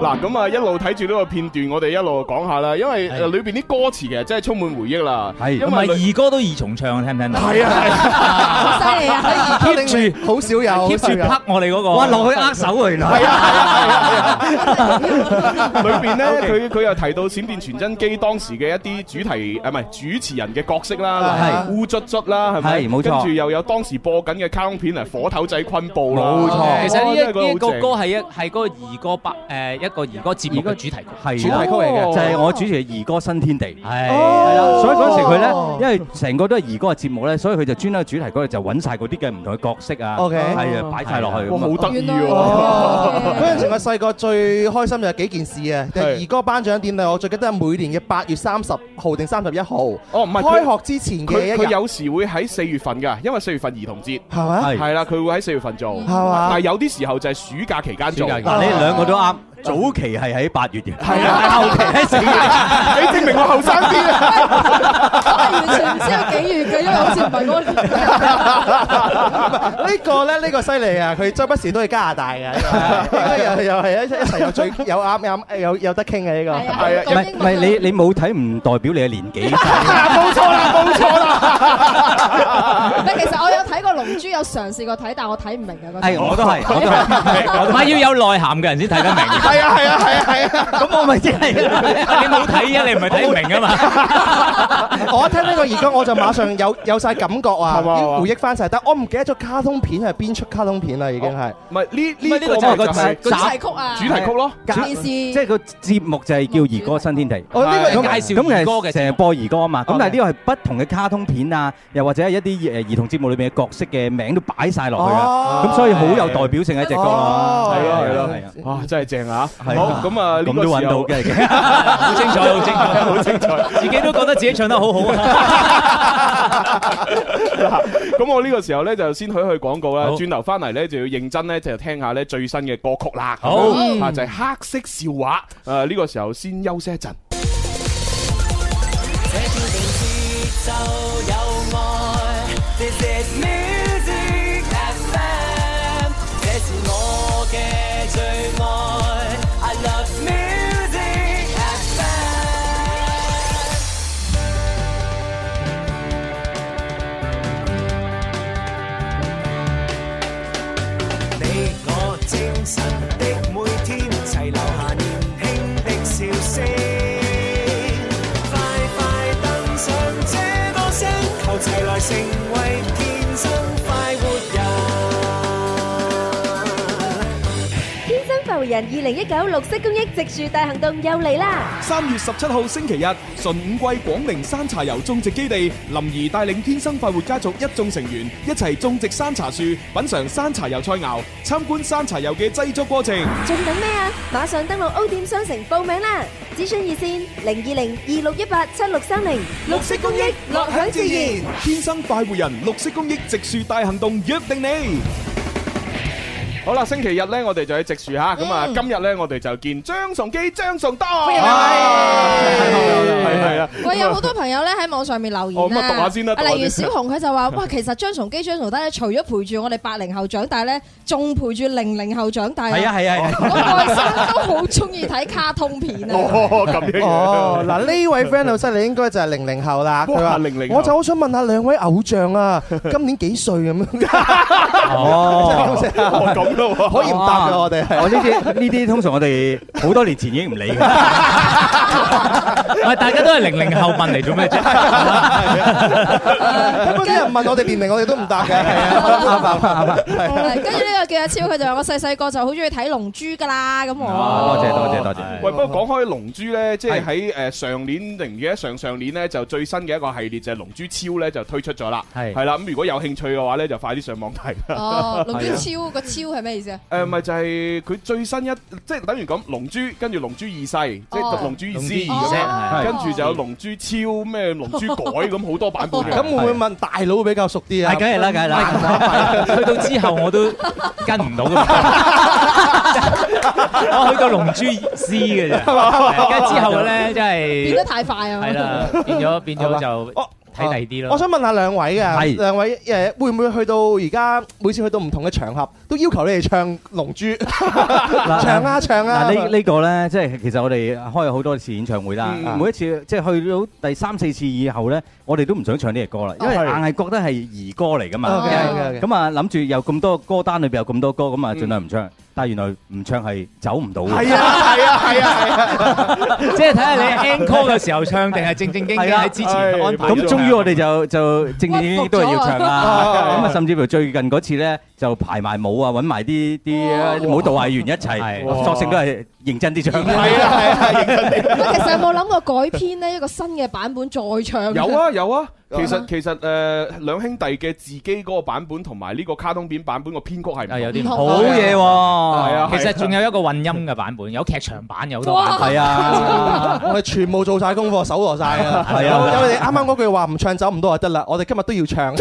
嗱，咁啊一路睇住呢個片段，我哋一路講下啦，因為呃誒裏邊啲歌詞其實真係充滿回憶啦。係，因同埋為兒歌都二重唱，聽唔聽到？係啊，犀利啊！ keep 住好少有 keep 住拍我哋嗰個。哇落去握手啊原來係啊 *laughs* 裏邊 *laughs* 咧，佢佢又提到《閃電傳真機》當時嘅一啲主題，啊唔係主持人嘅角色啊啦，係烏卒卒啦，係咪？係冇錯跟住又有當時播緊嘅卡通片嚟《火頭仔昆布》啦。其實呢哦真係覺一得呢一好個正歌係一係嗰個兒歌百誒一個兒歌節目嘅主題曲，係主題曲嚟嘅，就係我主持嘅兒歌新天地，係哦係啦，所以嗰陣時佢咧，因為成個都係兒歌嘅節目咧，所以佢就專登主題嗰度就揾晒嗰啲嘅唔同嘅角色啊 OK 係啊，擺哦晒落去，哇好得意喎嗰陣時我細個最開心就係幾件事啊！就係兒歌頒獎典禮，我最記得係每年嘅八月三十號定三十一號，哦唔係佢開學之前嘅一佢日佢有時會喺四月份㗎，因為四月份兒童節係咪係啦，佢會喺四月份做，係嘛但係有啲時候就係暑假期間做。嗱，你兩個都啱。早期係喺八月嘅，係啊後期喺四月。你證明我後生啲啊！完全唔知有幾遠嘅，因為好似唔係嗰個年代。呢個咧，呢個犀利啊！佢周不時都去加拿大嘅，又又係一一齊有最有啱啱有有得傾嘅呢個，係唔係唔係，你你冇睇唔代表你嘅年紀。冇錯啦，冇錯唔係，其實我有睇過《龍珠》，有嘗試過睇，但我睇唔明嘅嗰陣。啊係我都係， *laughs* 我 *laughs* 都係，唔係要有內涵嘅人先睇得明。係啊係啊係啊係啊！咁我咪即係你冇睇啊，你唔係睇唔 *laughs* 明啊嘛。 *laughs* 我一聽呢個兒歌我就馬上有有曬感覺啊，已經回憶翻晒。但我唔記得咗卡通片係邊出卡通片啦，已經係。唔係呢呢個就係個主題曲啊主題曲咯隔電視即係個節目就係叫兒歌新天地。哦呢個咁介紹咁兒歌嘅，成日播兒歌啊嘛。咁但係呢個係不同嘅卡通片啊，又或者係一啲誒兒童節目裏邊嘅角色嘅名都擺晒落去啊。咁所以好有代表性嘅一隻歌咯。係啊係咯咯係啊，哇真係正啊！好係啊咁啊，呢咁個都揾時到候 *laughs* 嘅，好精彩，好精彩，好精彩，自己都覺得自己唱得好好啊。 *laughs* 咁我呢個時候咧就先許去廣告啦，好轉頭翻嚟咧就要認真咧就聽下咧最新嘅歌曲啦。好咁樣啊就係黑色笑話。誒呢個時候先休息一陣。這天定節奏有愛，This is music FM，這是我嘅最愛，I love music FM。你我精神的每天，齊留下年輕的笑聲。快快登上這歌聲，求齊來成為天生快活人。天生浮人二零一九綠色公益植樹大行動又嚟啦！三月十七號星期日，純五季廣寧山茶油種植基地，林兒帶領天生快活家族一眾成員一齊種植山茶樹，品嘗山茶油菜肴，參觀山茶油嘅製作過程。仲等咩啊？馬上登錄 O 店商城報名啦！諮詢熱線零二零二六一八七六三零，綠色公益，樂享自然。天生快活人綠色公益植樹大行動約定你。好啦，星期日咧我哋就去植樹吓，咁啊嗯今日咧我哋就見張崇基、張崇德，迎兩係係啊， *laughs* 喂，有好多朋友咧喺網上面留言哦咁啊啊讀下先啦讀下先例如小紅佢就話：， *laughs* 哇，其實張崇基、張崇德咧，除咗陪住我哋八零後長大咧，仲陪住零零後長大。係啊係啊係啊我外甥都好中意睇卡通片啊。哦，咁樣。哦，嗱呢位 friend 好犀利，應該就係零零後啦。佢話： 00後我就好想問下兩位偶像啊，今年幾歲咁樣？哦，咁咯，可以唔答嘅我哋係我呢啲呢啲通常我哋好多年前已經唔理嘅， *laughs* 唔係大家都係零零後問嚟做咩啫？咁啲人問我哋年齡，我哋都唔答嘅。係啊 *laughs* 啱啱啱啱係啊係跟住呢個叫阿超，佢就話：我細細個就好中意睇《龍珠》㗎啦，咁 *laughs* 我。多謝多謝多謝。喂，不過講開龍珠咧，即係喺誒上年定唔記得上上年咧，就最新嘅一個系列就係龍珠超咧就推出咗啦，係係啦。咁如果有興趣嘅話咧，就快啲上網睇啦。 *laughs* 哦，《龍珠超》個超係咩意思啊？ *laughs* 誒咪就係佢最新一，即係等於咁龍珠，跟住龍珠二世，即係龍珠二龍珠 C 二世係跟住就有龍珠超咩龍珠改咁好多版本嘅。咁會唔會問大佬比較熟啲啊？係梗係啦梗係啦去到之後我都跟唔到㗎嘛我去到龍珠 *laughs* C 嘅啫，跟住之後咧真係變得太快啊！係啦，變咗變咗就睇第二啲咯。我想問下兩位嘅，係兩位誒會唔會去到而家每次去到唔同嘅場合，都要求你哋唱《龍珠》唱啊唱啊？嗱呢呢個咧，即係其實我哋開咗好多次演唱會啦，嗯每一次即係去到第三四次以後咧，我哋都唔想唱呢隻歌啦，因為哦硬係哦係覺得係兒歌嚟噶嘛。 OK，OK，OK 咁啊諗住有咁多歌單裏邊有咁多歌，咁嗯啊盡量唔唱，但係原來唔唱係走唔到嘅。係啊係啊係啊係啊！ *laughs* 即係睇下你 encore 嘅時候唱定係正正經經啊喺之前安排咗咁終於我哋就就正正經經都係要唱 *laughs* 哦啦。咁啊，甚至乎最近嗰次咧，就排埋舞啊，揾埋啲啲哦舞蹈藝員一齊，索性都係認真啲唱。係啊，喂其實有冇諗過改編呢一個新嘅版本再唱？有啊有啊，其實其實誒兩兄弟嘅自己嗰個版本同埋呢個卡通片版本個編曲係啊有唔啲同好嘢喎，係啊，其實係啊仲有一個混音嘅版本，有劇場版，有好多版哇本。係啊， *laughs* 我哋全部做晒功課，搜羅晒啊！係啊，因為你啱啱嗰句話唔唱走唔到就得啦，我哋今日都要唱。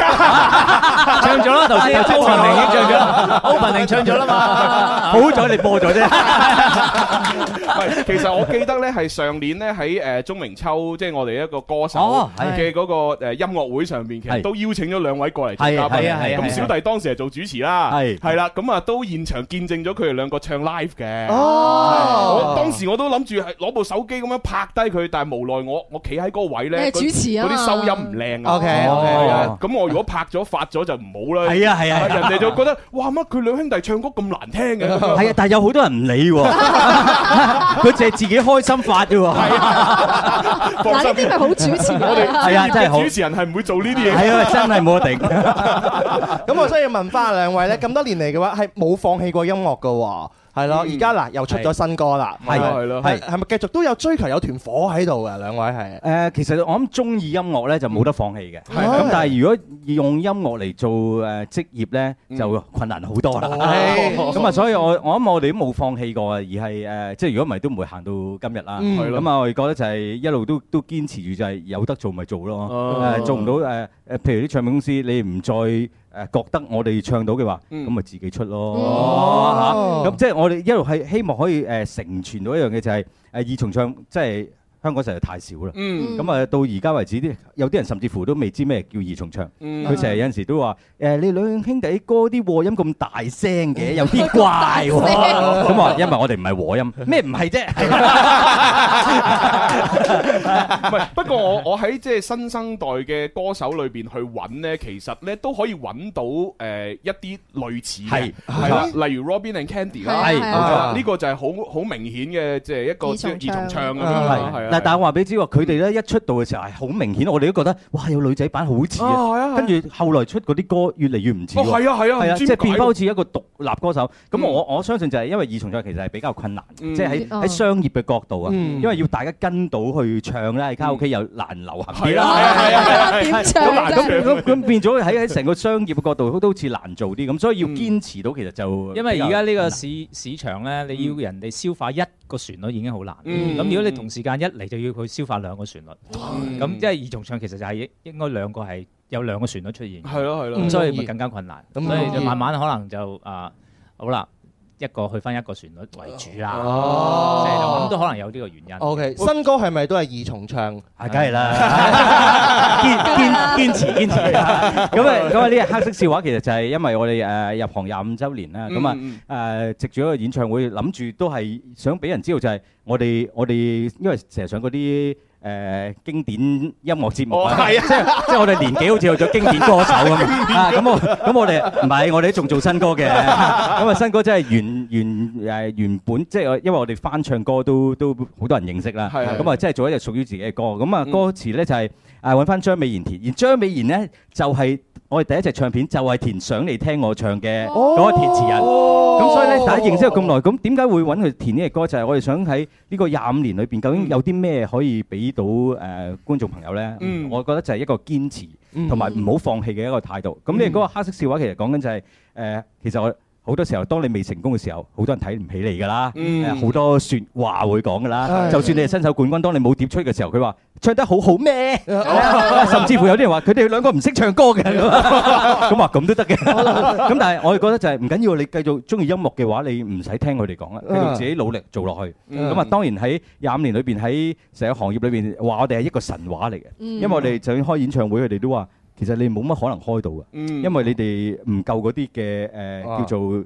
唱咗啦，頭 *laughs* 頭先先 Open 零已經唱咗啦，Open 零唱咗啦嘛。好彩你播咗啫。 *laughs* 喂，其實我記得咧係上年咧喺誒鐘明秋，即係我哋一個歌手哦係嘅嗰個誒音樂會上邊，其實係都邀請咗兩位過嚟做嘉賓。係係啊係啊係啊咁小弟當時係做主持啦，係係啦，咁啊都現場見證咗佢哋兩個唱 live 嘅。哦我當時我都諗住係攞部手機咁樣拍低佢，但係無奈我我企喺嗰個位咧，你係主持啊嗰嘛啲收音唔靚啊。 OK，OK 係啊咁我如果拍咗發咗就唔好啦。係啊係啊係啊人哋就覺得哇乜佢兩兄弟唱歌咁難聽嘅。係啊，但係有好多人唔 *laughs* 理喎，佢淨係自己開心發啫喎。嗱呢啲咪好主持啊我哋係啊真係好主持人係唔會做呢啲嘢。係啊，真係冇得頂。咁我真係要問翻兩位咧，咁多年嚟嘅話係冇放棄過音樂嘅喎，係咯，而家嗱又出咗新歌啦，係係咯係係咪繼續都有追求有團火喺度嘅兩位係？誒，其實我諗中意音樂咧就冇得放棄嘅。係咁但係如果用音樂嚟做誒職業咧，就困難好多啦。係 *laughs* 咁啊，所以我我諗我哋都冇放棄過啊，而係誒，即係如果唔係都唔會行到今日啦。嗯係咯咁啊，我哋覺得就係一路都都堅持住，就係有得做咪做咯。誒，做唔到誒誒，譬如啲唱片公司，你唔再誒覺得我哋唱到嘅話，咁咪自己出咯。哦嚇咁即係我哋一路係希望可以誒成全到一樣嘢，就係誒呃二重唱，即係。香港實在太少啦。嗯咁啊，到而家為止啲有啲人甚至乎都未知咩叫二重唱。嗯佢成日有陣時都話：誒，你兩兄弟歌啲和音咁大聲嘅，有 *laughs* 啲怪喎。咁話因為我哋唔係和音，咩唔係啫？唔係，不過我 *laughs* 我喺即係新生代嘅歌手裏邊去揾咧，其實咧都可以揾到誒一啲類似嘅係，係啦，例如 Robin and Candy 啦，係啊冇錯呢個就係好好明顯嘅，即係一個即係二重唱咁樣啦，係係，啊但。但係我話俾你知喎，佢哋咧一出道嘅時候係好明顯，我哋都覺得哇有女仔版好似啊係啊係啊啊，跟住後來出嗰啲歌越嚟越唔似喎。哦係啊係啊係啊，唔知即點解喎係變翻好似一個獨立歌手。咁我我相信就係因為二重唱其實係比較困難，嗯即係喺嗯喺商業嘅角度啊，嗯因為要大家跟到去唱咧，喺卡拉 OK 又難流行啲係啊係啊係啊係啊係啊點係唱啫咁咁咁咁變咗喺喺成個商業嘅角度都好似難做啲咁，所以嗯要堅持到其實 *laughs* 就因為而家呢個市市場咧，嗯你要人哋消化一個旋律已經好難。嗯咁如果你同時間一嚟就要佢消化兩個旋律，嗯咁即係二重唱其實就係應該兩個係有兩個旋律出現。係咯係咯嗯咁所唔以容咪易更加困難。咁所以唔容就易慢慢可能就啊好啦，一個去翻一個旋律為主啦。哦即係我諗都可能有呢個原因。 O K，新歌係咪都係二重唱？啊，梗係 Dạ. 啦，堅堅堅持堅持。咁啊，咁啊，呢個黑色笑話其實就係因為我哋誒入行廿五週年啦，咁嗯啊誒藉住一個演唱會，諗住都係想俾人知道就係我哋我哋因為成日上嗰啲。誒經典音樂節目啊，即係即係我哋年紀好似去咗經典歌手咁啊！咁我咁我哋唔係，我哋都仲做新歌 *laughs* 嘅。咁啊，新歌真係原原誒原本即係因為我哋翻唱歌都都好多人認識啦。係係咁啊，即係做一隻屬於自己嘅歌。咁啊，歌詞咧就係誒揾翻張美賢填，而張美賢咧就係我哋第一隻唱片就係填想你聽我唱嘅嗰個填詞人。咁所以咧，大家認識咗咁耐，咁點解會揾佢填呢隻歌？就係我哋想喺呢個廿五年裏邊，究竟有啲咩可以俾到誒觀眾朋友咧？我覺得就係一個堅持同埋唔好放棄嘅一個態度。咁呢個歌黑色笑話其實講緊就係誒，其實我。好多時候，當你未成功嘅時候，好多人睇唔起你㗎啦，嗯誒好多説話會講㗎啦。係就算你係新手冠軍，當你冇碟出嘅時候，佢話唱得好好 *laughs* 咩？甚至乎有啲人話佢哋兩個唔識唱歌嘅，咁啊咁啊咁都得嘅。咁但係我哋覺得就係唔緊要，你繼續中意音樂嘅話，你唔使聽佢哋講啊啦，繼續自己努力做落去。啊嗯咁啊，當然喺廿五年裏邊喺成個行業裏邊話我哋係一個神話嚟嘅，嗯因為我哋就算開演唱會，佢哋都話其實你冇乜可能開到嘅，嗯因為你哋唔夠嗰啲嘅誒啊叫做。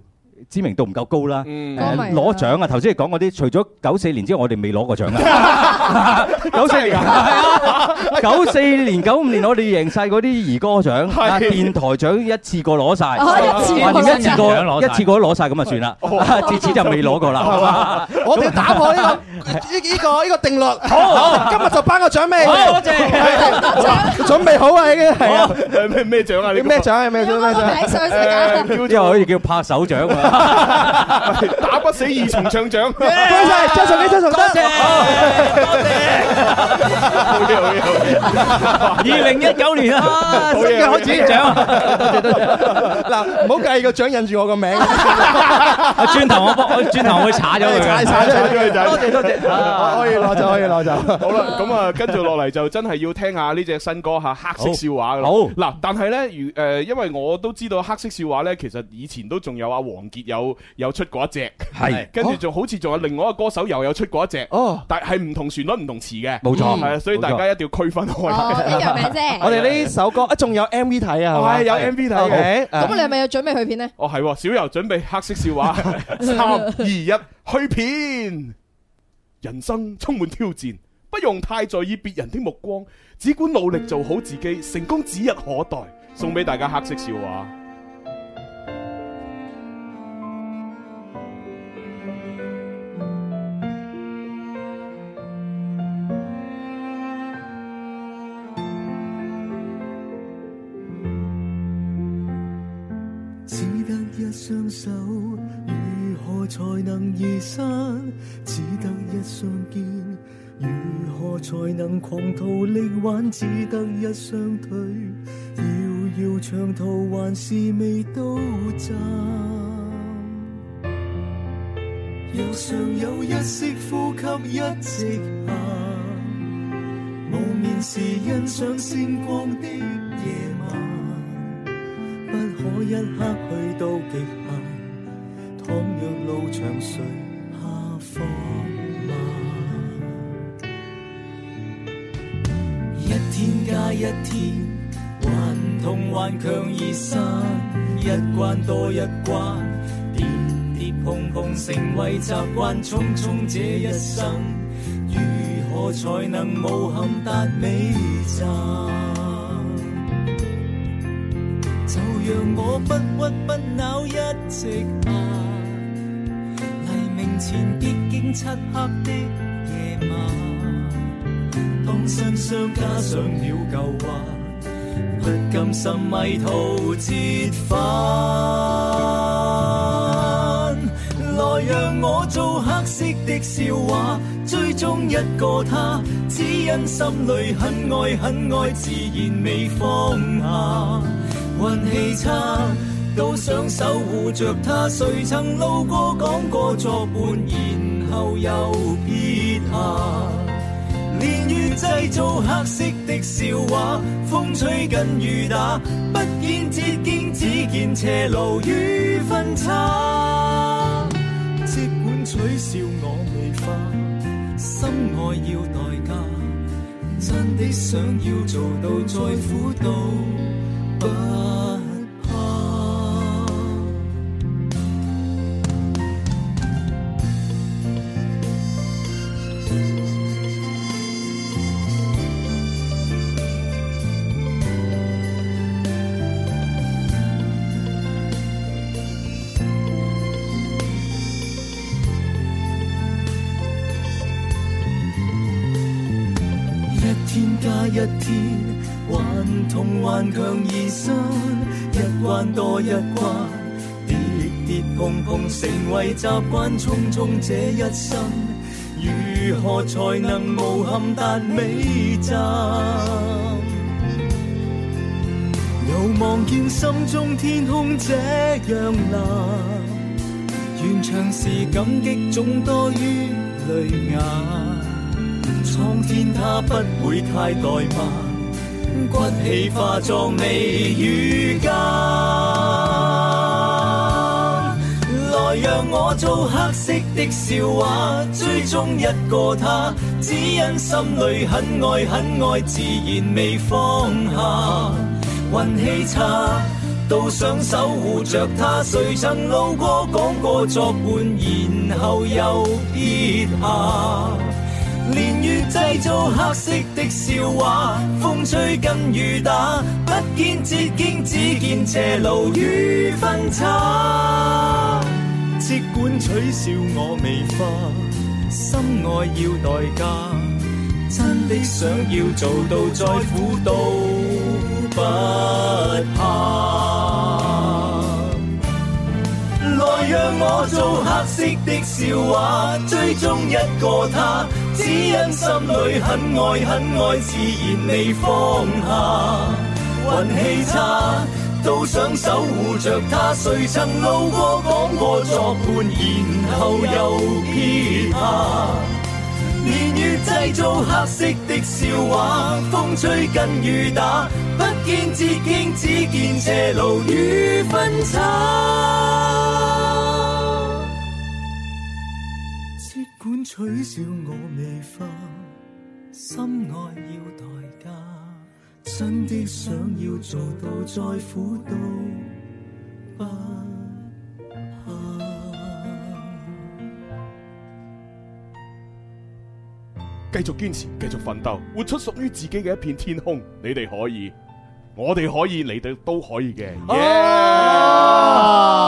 知名度唔夠高啦，誒歌迷啊攞獎啊！頭先你講嗰啲，除咗九四年之外，我哋未攞過獎 *laughs* 啊！九四年係 Dạ. 啊， *laughs* 九四年、九五年我哋贏晒嗰啲兒歌獎、啊電台獎一次過攞晒，哦 *laughs* 一次過啊連一次過攞曬一次過攞晒咁 *laughs* 啊算啦， *laughs* 啊自此就未攞過係啦嘛。我哋要打破 *laughs* 呢個呢呢個呢個定律。好今日就頒個獎俾你。好多謝謝。準備好啊，已經係啊。誒咩咩獎啊？你咩獎啊？咩獎？咩獎？之後可以叫拍手掌 *laughs* 啊！打不死二重唱 *laughs* 獎。恭喜晒張崇基、張崇德。 *laughs* 二零一九年啊，新嘅開始獎啊， *laughs* 嗱，唔好計個獎印住我個名。轉頭 *laughs* 我幫 *laughs* 我轉頭我會查咗佢嘅哎踩踩咗佢，多謝多謝。 *laughs* 可以攞走，可以攞走。好啦，咁啊，跟住落嚟就真係要聽下呢只新歌吓，黑色笑話噶啦。好嗱，但係呢，如誒，因為我都知道黑色笑話呢，其實以前都仲有阿王傑有有出過一隻，係跟住仲好似仲有另外一個歌手又有出過一隻，哦，但係唔同旋律唔同詞嘅，冇錯係啊，所以大冇家錯一定要區分開。 *laughs* 我哋呢首歌啊，仲有 M V 睇啊，係嘛係有 MV 睇嘅 OK，咁你係咪有準備去片呢？哦，係喎，小游準備黑色笑 *laughs* 話，三二一，去片。人生充滿挑戰，不用太在意別人的目光，只管努力做好自己，成功指日可待。送俾大家黑色笑話。只得一雙手，如何才能移山？只得一雙肩，如何才能狂徒力挽？只得一雙腿，遙遙長途還是未到站。若尚有一息呼吸，一直行，無眠時欣賞星光的夜晚。不可一刻去到極限。倘若路長，誰怕放慢？一天加一天，還痛還強而散，一關多一關，跌跌碰碰成為習慣，匆匆這一生，如何才能無憾達尾站？就讓我不屈不撓一直行，黎明前必經漆黑的夜晚，當新傷加上了舊患，不甘心迷途折返。來讓我做黑色的笑話，追蹤一個他，只因心裏很愛很愛，自然未放下。運氣差，都想守護着他。誰曾路過講過作伴，然後又撇下。連於製造黑色的笑話，風吹緊雨打，不見捷徑，只見斜路與分岔。取笑我美化，深愛要代價，真的想要做到再苦都不怕。一天加一天，還同頑強而生，一關多一關，跌跌碰碰成為習慣，匆匆這一生，如何才能無憾達尾站？又望見心中天空這樣藍，願長時感激總多於淚眼。蒼天它不會太怠慢，骨氣化作微雨間。來讓我做黑色的笑話，追蹤一個他，只因心裏很愛很愛，自然未放下。運氣差，都想守護着他，誰曾路過講過作伴，然後又撇下。連月製造黑色的笑話，風吹跟雨打，不見捷徑，只見斜路與分岔。即管取笑我未化，心愛要代價，真的想要做到再苦都不怕。來讓我做黑色的笑話，追蹤一個他，只因心裏很愛很愛，自然未放下。運氣差，都想守護着他，誰曾路過講過作伴，然後又撇下。年月製造黑色的笑話，風吹跟雨打，不見捷徑，只見斜路與分岔。即管取笑我未化，心愛要代價，真的想要做到再苦都不繼續堅持，繼續奮鬥，活出屬於自己嘅一片天空。你哋可以，我哋可以，你哋都可以嘅。哦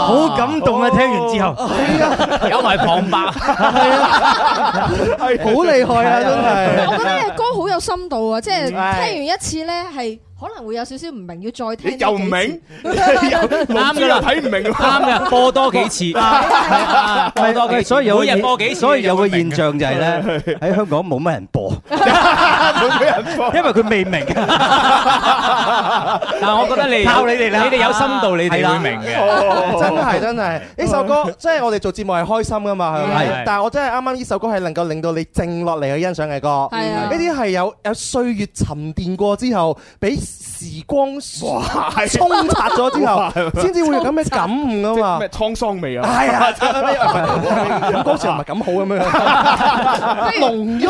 好感動 *laughs* 啊！聽完之後，有埋旁白，係好厲害啊！真我覺係。得呢個歌好有深度啊！即係聽係完一次咧，係可能會有少少唔明，要再聽。你又唔明？啱㗎啦，睇唔明，啱 *laughs* 㗎，播多幾次，播多幾次，所以有個每日播幾次，所以有個你就會明㗎現象就係 *laughs* 咧，喺香港冇乜人播， *laughs* 因為佢未明。但我覺得你靠你哋啦你哋有深度，你哋會明嘅。哦真係真係呢首哦歌，即係我哋做節目係開心噶嘛，係咪係？但係我真係啱啱呢首歌係能夠令到你靜落嚟去欣賞嘅歌，係啊呢啲係有有歲月沉澱過之後，俾時光哇沖刷咗之哇後係，先至會有咁嘅感悟啊嘛咩。滄桑味啊？係 *laughs* 啊，咁嗰時唔係咁好咁樣，濃郁，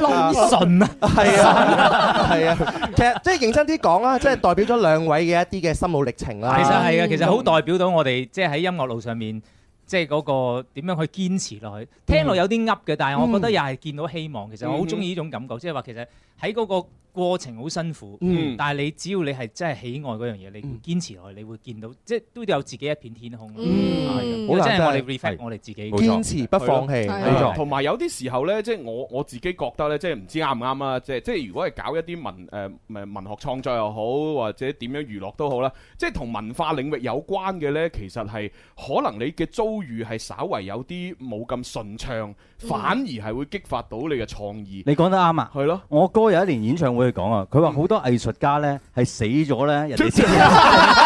濃 *laughs* 純啊，係啊，係啊，其實即係認真啲講啊啦，即係代表咗兩位嘅一啲嘅心路歷程啦。其實係嘅，啊其實好代表到我哋即係喺音樂路上面，即係嗰個點樣去堅持落去。聽落有啲噏嘅，但係我覺得又係見到希望。其實我好中意呢種感覺，即係話其實喺嗰個過程好辛苦嗯，但係你只要你係真係喜愛嗰樣嘢，你會堅持落去，你會見到即係都有自己一片天空。嗯係啊好真難係我哋真係 reflect 我哋自己冇錯係咯係啊同埋有啲時候呢，即係我我自己覺得呢，即係唔知啱唔啱啊！即係即係如果係搞一啲文誒、呃文學創作又好，或者點樣娛樂都好啦，即係同文化領域有關嘅呢，其實係可能你嘅遭遇係稍為有啲冇咁順暢，反而係會激發到你嘅創意。你講得啱啊！係咯，。嗯 *laughs* 我哥有一年演唱會佢講啊，佢話好多藝術家咧係死咗咧，人哋先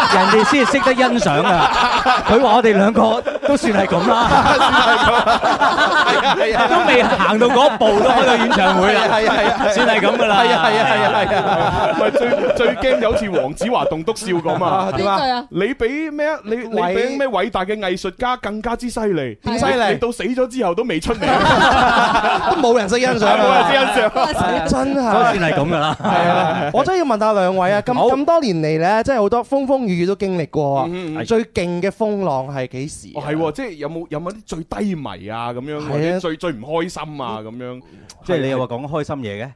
人哋先識得欣賞啊！佢話我哋兩個都算係咁 *laughs* 啦， *laughs* 都未行到嗰一步都開到演唱會啦，係啊係啊係啊算係咁噶啦，係啊係啊係啊係啊，咪最最驚就好似黃子華棟篤笑咁啊！邊句啊你比咩啊？你你偉比咩偉大嘅藝術家更加之犀利？點犀利你到死咗之後都未出 *laughs* 名，都冇人識欣賞啊，冇人 *laughs* 識欣賞，嗯真係都算係咁噶啦。係啊！我真係要問下兩位啊，咁咁多年嚟咧，真係好多風風雨雨都經歷過啊嗯嗯嗯！最勁嘅風浪係幾時？哦，係喎，即係有冇有冇啲最低迷啊咁樣，或係者啊最最唔開心啊咁樣？即係你又話講開心嘢嘅，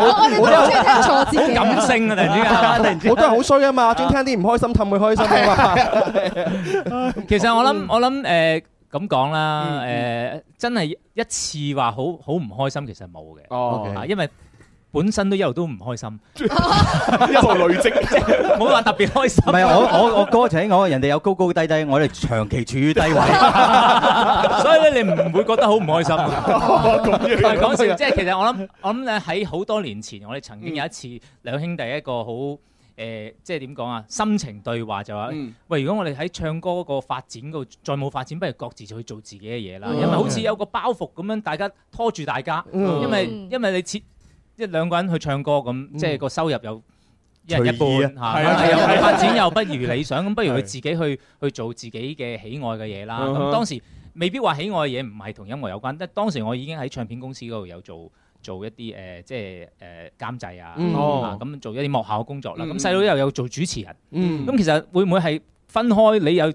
我哋都好中意聽挫折嘅。感性啊！突然之間，突然之間我都係好衰啊嘛，專聽啲唔開心氹佢開心啊嘛。 *laughs* 其實我嗯諗我諗誒咁講啦，誒真係一次話好好唔開心，其實冇嘅。哦啊因為本身都一路都唔開心， *laughs* 一路累積，冇話特別開心。唔係我我我哥就已經講，人哋有高高低低，我哋長期處於低位。 *laughs* 所以咧，你唔會覺得好唔開心。啊唔係講笑，即係其實我諗， *laughs* 我諗咧喺好多年前，我哋曾經有一次嗯兩兄弟一個好誒、呃即係點講啊，心情對話就話：嗯喂，如果我哋喺唱歌嗰個發展嗰度再冇發展，不如各自去做自己嘅嘢啦，嗯因為好似有個包袱咁樣，大家拖住大家，嗯因為因為你切即係兩個人去唱歌咁，即係個收入又。一人一半隨意嚇，啊嗯係啊係啊係啊發展又不如理想，咁不如佢係自己去去做自己嘅喜愛嘅嘢啦。嗯哼咁當時未必話喜愛嘅嘢唔係同音樂有關，但當時我已經喺唱片公司嗰度有做做一啲誒、呃即係誒、呃、監製啊，嗯啊咁、做一啲幕後嘅工作啦。嗯咁細佬又有做主持人，咁、嗯其實會唔會係分開你有？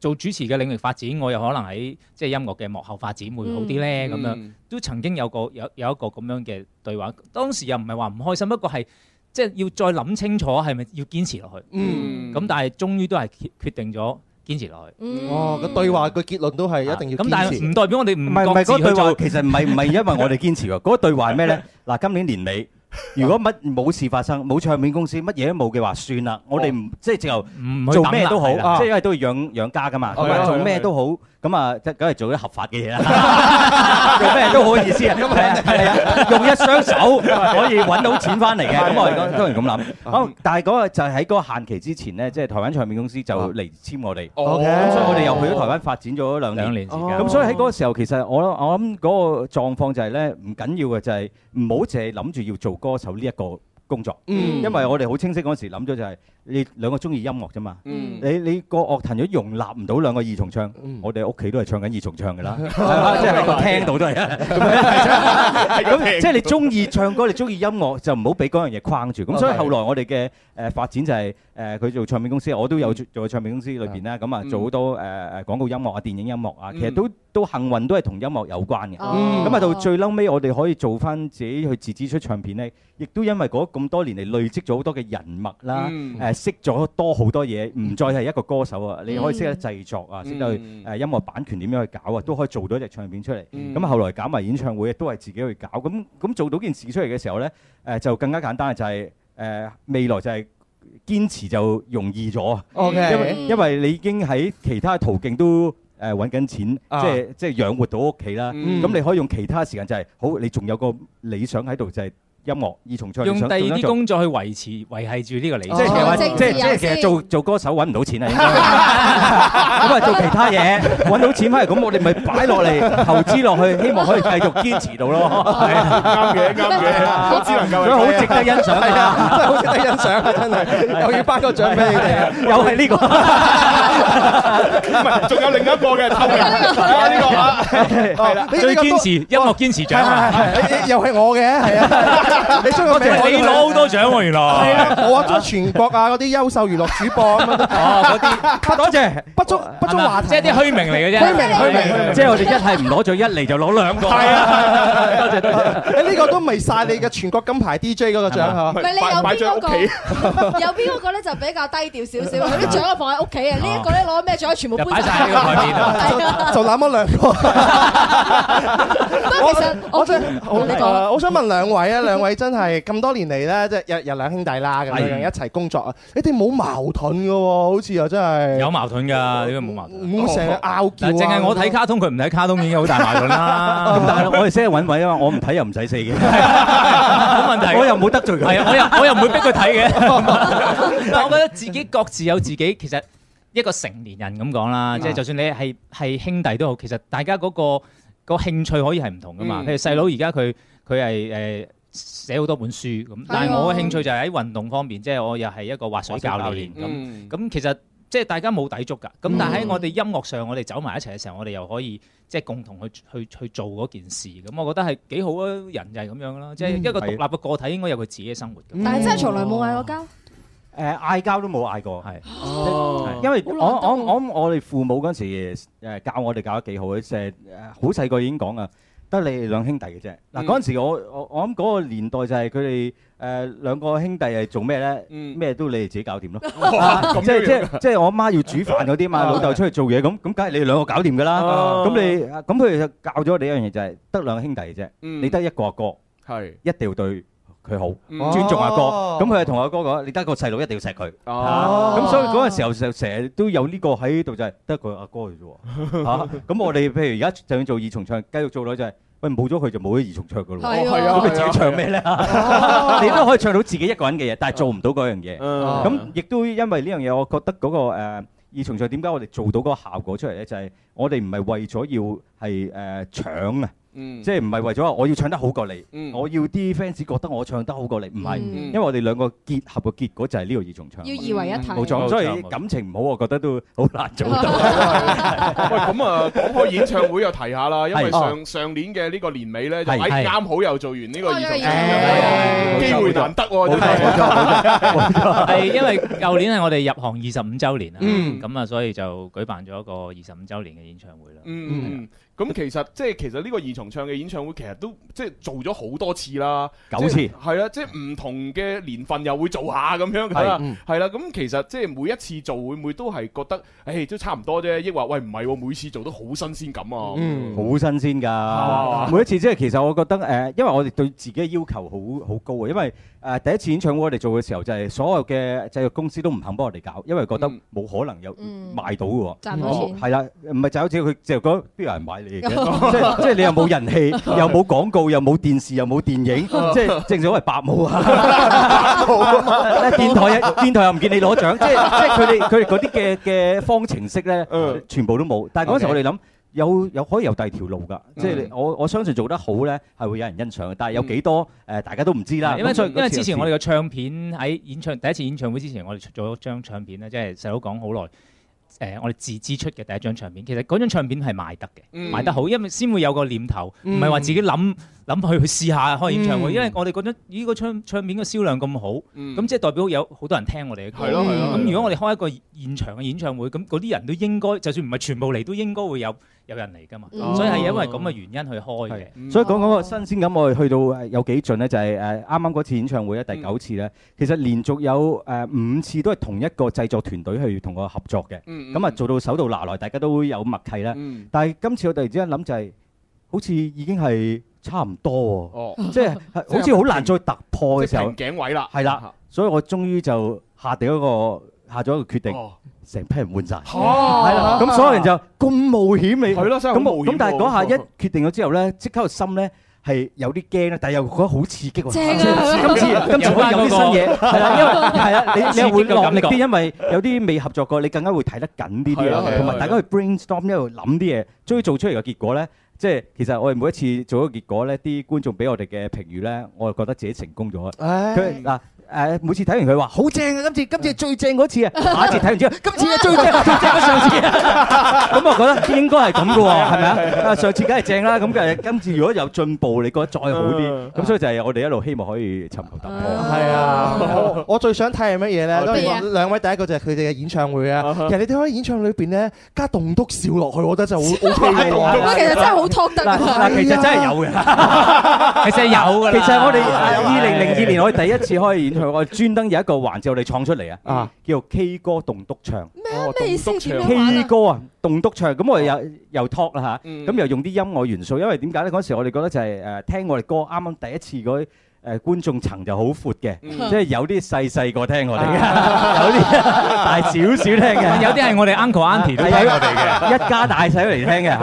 做主持嘅領域發展，我又可能喺即係音樂嘅幕後發展會好啲咧，嗯咁樣嗯都曾經有個有有一個咁樣嘅對話，當時又唔係話唔開心，不過係即係要再諗清楚係咪要堅持落去。嗯咁但係終於都係決決定咗堅持落去。啊哦，個對話個結論都係一定要咁但堅係唔持。代表我哋唔唔係唔係各嗰自對去話做，。其實唔係 *laughs* 唔係因為我哋堅持喎，嗰對話係咩咧？嗱，今年年尾。如果乜冇事發生，冇唱片公司，乜嘢都冇嘅話，算啦。我哋唔即係直頭唔去做咩都好，等啦係啦即係因為都要養養家噶嘛。係啊咁係啊，啊做咩都好，咁啊，即係梗係做啲合法嘅嘢 *laughs* 啦。做咩都好意思啊，係啊係啊， *laughs* 用一雙手可以揾到錢翻嚟嘅。咁我哋當當然咁諗。好，但係嗰個就係喺嗰個限期之前咧，即係台灣唱片公司就嚟簽我哋，咁所 OK 以我哋又去咗台灣發展咗兩兩年年時哦間咁所以喺嗰個時候，其實我我諗嗰個狀況就係咧，唔緊要嘅就係唔好淨係諗住要做歌手呢一個工作，嗯因為我哋好清晰嗰陣時諗咗就係你兩個中意音樂啫嘛，嗯你你個樂壇如果容納唔到兩個二重唱，我哋屋企都係唱緊二重唱㗎 *laughs* 啦， *laughs* 係嘛即係喺個廳度都係。咁即係你中意唱歌，你中意音樂，就唔好俾嗰樣嘢框住。咁所以 Okay 後來我哋嘅誒發展就係誒佢做唱片公司，我都有做做唱片公司裏邊啦。咁啊嗯做好多誒誒廣告音樂啊、電影音樂啊，嗯其實都都幸運都係同音樂有關嘅。哦咁啊到最嬲尾，我哋可以做翻自己去自資出唱片咧，亦都因為嗰咁多年嚟累積咗好多嘅人脈啦嗯，誒識咗多好多嘢，唔再係一個歌手啊，你可以識得嗯製作啊，嗯識得去誒音樂版權點樣去搞啊，都可以做到一隻唱片出嚟。嗯咁後來搞埋演唱會，都係自己去搞。咁咁做到件事出嚟嘅時候呢，誒、就更加簡單，就係、誒、未來就係堅持就容易咗。 OK 因為因為你已經喺其他途徑都。誒揾緊錢，啊即係即係養活到屋企啦。咁、嗯你可以用其他時間就係、好，你仲有個理想喺度就係、音樂二重唱。用你想第二仲想啲做工作去維持維係住哦呢個理即係其實話想。即係即係其實做做歌手揾唔到錢啊，應該 *laughs* 咁啊做其他嘢揾到錢翻嚟，咁我哋咪擺落 *laughs* 嚟投資落去，希望可以繼續堅持到咯。係啊啱 *laughs* 嘅啱嘅，我只能夠所以好值得欣賞係啊，啊！真係好值得欣賞啊！真係，又要頒個獎俾你哋啊！又係呢 *laughs* 個，唔係，仲有另一個嘅偷嘅，啊呢個啊，係啦，最堅持音樂堅持獎啊！又係我嘅，係啊！你將個名喂你攞好多獎喎，原係來。啊，我啊將全國啊嗰啲優秀娛樂主播咁樣都哦，嗰啲多謝，不足不足話題，即係啲虛名嚟嘅啫。虛名虛名虛名即係我哋一係唔攞獎，一嚟就攞兩個。係啊，多謝多謝。你呢個都未晒你嘅全國金牌 DJ 嗰個獎嚇，唔係你有邊嗰個？有邊嗰個咧就比較低調少少，佢啲獎啊放喺屋企啊，呢一個咧攞咩獎全部就搬擺晒喺個台面度係啊就攬咗兩個。我我我真係好你誒講啊我想問兩位啊，兩位真係咁多年嚟咧，即係日日兩兄弟啦，咁樣一齊工作啊，你哋冇矛盾嘅喎，好似又真係有矛盾㗎，點解冇矛盾？唔會成日拗撬啊嗱淨係我睇卡通，佢唔睇卡通已經好大矛盾啦。 *laughs* 咁但係我哋先係揾位啊嘛，我唔睇又唔使 *laughs* 死嘅，冇問題。 *laughs* 我又冇得罪佢，係啊，我又我又唔會逼佢 *laughs* 睇嘅。但我覺得自己各自有自己，其實一個成年人咁講嗯啦，即係就算你係係兄弟都好，其實大家嗰、個、個興趣可以係唔同噶嘛。嗯譬如細佬而家佢佢係誒。寫好多本書啊咁，但係我嘅興趣就係喺運動方面，即係我又係一個滑水教滑水練教練嗯咁。咁其實即係大家冇抵觸㗎，咁但係喺我哋音樂上，我哋走埋一齊嘅時候，我哋又可以即係共同去去去做嗰件事，咁我覺得係幾好啊！人就係咁樣啦，即係一個獨立嘅個體應該有佢自己嘅生活㗎。但係真係從來冇嗌過交。誒嗌交都冇嗌過，係哦因為我我我諗我哋父母嗰陣時誒教我哋教得幾好嘅，即係誒好細個已經講啊，得你哋兩兄弟嘅啫。嗱嗯嗰陣時我我我諗嗰個年代就係佢哋誒兩個兄弟係做咩咧？咩都你哋自己搞掂咯，啊咁即係即樣係即係我媽要煮飯嗰啲嘛，啊老豆出去做嘢咁，咁梗係你哋兩個搞掂㗎啦。哦咁你咁佢哋就教咗我哋一樣嘢就係得兩兄弟嘅啫，嗯你得一個阿哥，係一定要對佢好嗯，尊重阿哥。哦咁佢係同阿哥講：你得一個細佬，一定要錫佢。哦咁所以嗰陣時候就成日都有呢個喺度，就係得佢阿哥嘅啫 *laughs* 喎。嚇咁我哋譬如而家就算做二重唱，繼續做落去就係。喂，冇咗佢就冇咗二重唱噶咯喎，係啊咁你自己唱咩 *laughs* 咧？你都可以唱到自己一個人嘅嘢，但係做唔到嗰樣嘢。嗯咁亦都因為呢樣嘢，我覺得嗰個誒二重唱點解我哋做到嗰個效果出嚟咧？就係我哋唔係為咗要係誒搶啊，嗯即係唔係為咗話我要唱得好過你，嗯我要啲 fans 覺得我唱得好過你，唔係，嗯因為我哋兩個結合嘅結果就係呢個二重唱。要二為一體冇錯，所以感情唔好，我覺得都好難做到。喂，咁啊，講開演唱會又提下啦，因為係哦上上年嘅呢個年尾咧，就係哎係啱好又做完呢個二重唱哎機會難得喎，真係係因為舊年係我哋入行二十五週年啦，嗯咁啊，所以就舉辦咗一個二十五週年嘅演唱會啦。嗯，咁其實即係其實呢個二重唱嘅演唱會，其實都即係做咗好多次啦，九次即係係啊啦，即係唔同嘅年份又會做下咁樣㗎啦係嗯，係啦，咁其實即係每一次做會唔會都係覺得，誒都差唔多啫，抑或喂唔係喎，每次做都好新鮮感啊，好新鮮啊㗎！每一次即係其實我覺得誒、呃因為我哋對自己嘅要求好好高啊，因為誒、呃第一次演唱會我哋做嘅時候，就係所有嘅製作公司都唔肯幫我哋搞，因為覺得冇可能有賣到嘅喎。賺到錢係啦，唔係就好似佢就覺得邊有人買你 *laughs* 嘅？哦即係即係你又冇 *laughs* 人氣，又冇廣告，又冇電視，又冇電影，即係正所謂白 *laughs* 冇啊！ *laughs* 電台啊，電台又唔見你攞獎，即係即係佢哋佢哋嗰 *laughs* 啲嘅嘅方程式咧，嗯全部都冇。但係嗰陣時我哋諗。有有可以有第二條路㗎，嗯即係你我我相信做得好咧係會有人欣賞嘅，但係有幾多誒大家都唔知啦。嗯因為啊咁所以因為嗰次之前就我哋嘅唱片喺演唱第一次演唱會之前，我哋出咗張唱片咧，即係細佬講好耐。誒、我哋自資出嘅第一張唱片，其實嗰張唱片係賣得嘅，嗯賣得好，因為先會有個念頭，唔嗯係話自己諗諗去去試下開演唱會，嗯因為我哋覺得咦個唱唱片嘅銷量咁好，咁、嗯即係代表有好多人聽我哋嘅歌。係咯係咯係咯咁如果我哋開一個現場嘅演唱會，咁嗰啲人都應該，就算唔係全部嚟，都應該會有有人嚟㗎嘛。嗯所以係因為咁嘅原因去開嘅。所以講嗰個新鮮感，我哋去到誒有幾盡咧，就係誒啱啱嗰次演唱會咧，第九次咧，其實連續有誒五次都係同一個製作團隊去同我合作嘅，嗯嗯咁啊做到手到拿來，大家都有默契啦嗯。但係今次我突然之間諗就係，好似已經係差唔多哦喎，即係好似好難再突破嘅時候，即係瓶頸位啦係啊啦，所以我終於就下定一個下咗一個決定哦，成批人換晒。哦係啦，咁所有人就咁冒險你係咯真係好咁我冒險咁但係嗰下喎一決定咗之後咧，即刻個心咧。係有啲驚啦，但係又覺得好刺激喎。正啊即係今次 *laughs* 今次可以有啲新嘢，有返嗰個係啦，因為係啊，你 *laughs* 你又會刺激嘅落感力覺啲，因為有啲未合作過，你更加會睇得緊啲係啲啊係啊啊，同係啊埋大家去 brainstorm 一路諗啲嘢，終於做出嚟嘅結果咧，即係其實我哋每一次做咗個結果咧，啲觀眾俾我哋嘅評語咧，我就覺得自己成功咗。唉佢嗱誒，每次睇完佢話好正啊，今次今次係最正嗰次啊，下一次睇完之後，今次係最正最正過上次啊。咁我覺得應該係咁嘅喎，係咪啊？啊，上次梗係正啦，咁嘅今次如果有進步，你覺得再好啲，咁所以就係我哋一路希望可以尋求突破。係啊，我我最想睇係乜嘢咧？當乜嘢啊 *laughs* 然兩位第一個就係佢哋嘅演唱會啊。其實你哋可以演唱裏邊咧加棟篤笑落去，我覺得就好好係喂，係其實真係好 talk 得嗱㗎 *laughs* 嗱，其實真係有嘅，其實有㗎啦 *laughs* 其實我哋有二零零二有年我哋第一次開演唱會，我哋專登有一個環節我哋創出嚟啊，叫做 K 歌棟篤唱。咩意思？點樣玩 K 啊？歌啊，棟篤唱，咁我哋又又 talk 啦嚇，嗯咁又用啲音樂元素，因為點解咧？嗰時我哋覺得就係誒聽我哋歌，啱啱第一次嗰啲誒觀眾層就好闊嘅，嗯即係有啲細細個聽我哋嘅， *laughs* 有啲啊大少少聽嘅，有啲係我哋 uncle auntie 都聽我哋嘅一家大細嚟聽嘅 *laughs* 嚇。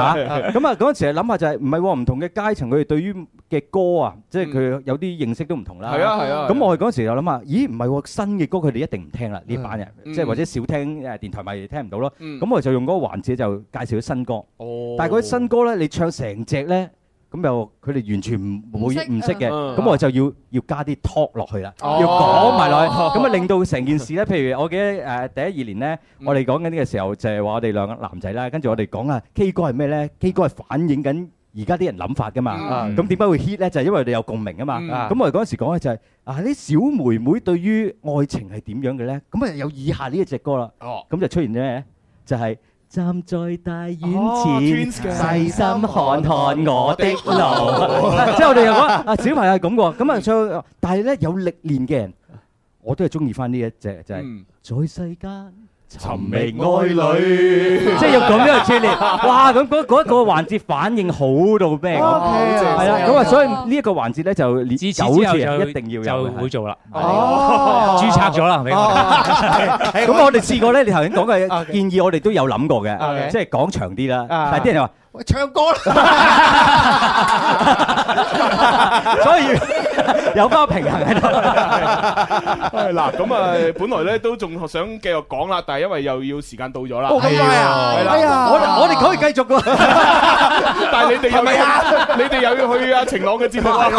咁啊嗰陣時諗下就係唔係喎？唔同嘅階層佢哋對於嘅歌啊，即係佢有啲認識都唔同啦。係啊係啊咁我哋嗰陣時又諗下，咦唔係喎？新嘅歌佢哋一定唔聽啦，呢班人嗯即係或者少聽誒電台咪聽唔到咯。嗯咁我哋就用嗰個環節就介紹啲新歌。哦但係嗰啲新歌咧，你唱成隻咧，咁又佢哋完全唔冇唔識唔識嘅，嗯咁我就要要加啲 talk 落去啦，哦要講埋落去， *laughs* 咁啊令到成件事咧，譬如我記得誒第一二年咧，我哋講緊呢個時候就係話我哋兩個男仔啦，跟住我哋講啊 K 歌係咩咧？K 歌係反映緊。而家啲人諗法噶嘛，嗯咁點解會 hit 咧？就係因為我哋有共鳴啊嘛。嗯咁我哋嗰陣時講嘅就係啊，啲小妹妹對於愛情係點樣嘅咧？咁啊有以下呢一隻歌啦，咁就出現咗咩咧？就係站在大院前，細心看看我的路。即係我哋又講啊，小朋友係咁喎，咁啊唱，但係咧有歷練嘅人，我都係中意翻呢一隻，就係在世間尋味愛侶，即係要咁樣去串聯。哇！咁嗰嗰一個環節反應好到咩咁？係啦，咁啊，所以呢一個環節咧就連九此之後次就一定要有就會做啦。Ờ. 哦註冊咗啦，係咪？ *laughs* 咁我哋試過咧，你頭先講嘅建議，我哋都有諗過 OK 嘅，即係講長啲啦。但係啲人就話。喂唱歌啦。所以有包平衡喺度。係嗱，咁啊，本來咧都仲想繼續講啦，但係因為又要時間到咗啦。哦咁快啊係啦哎呀我我哋可以繼續㗎。但係你哋係又咪啊要，你哋又要去啊晴朗嘅節目啊。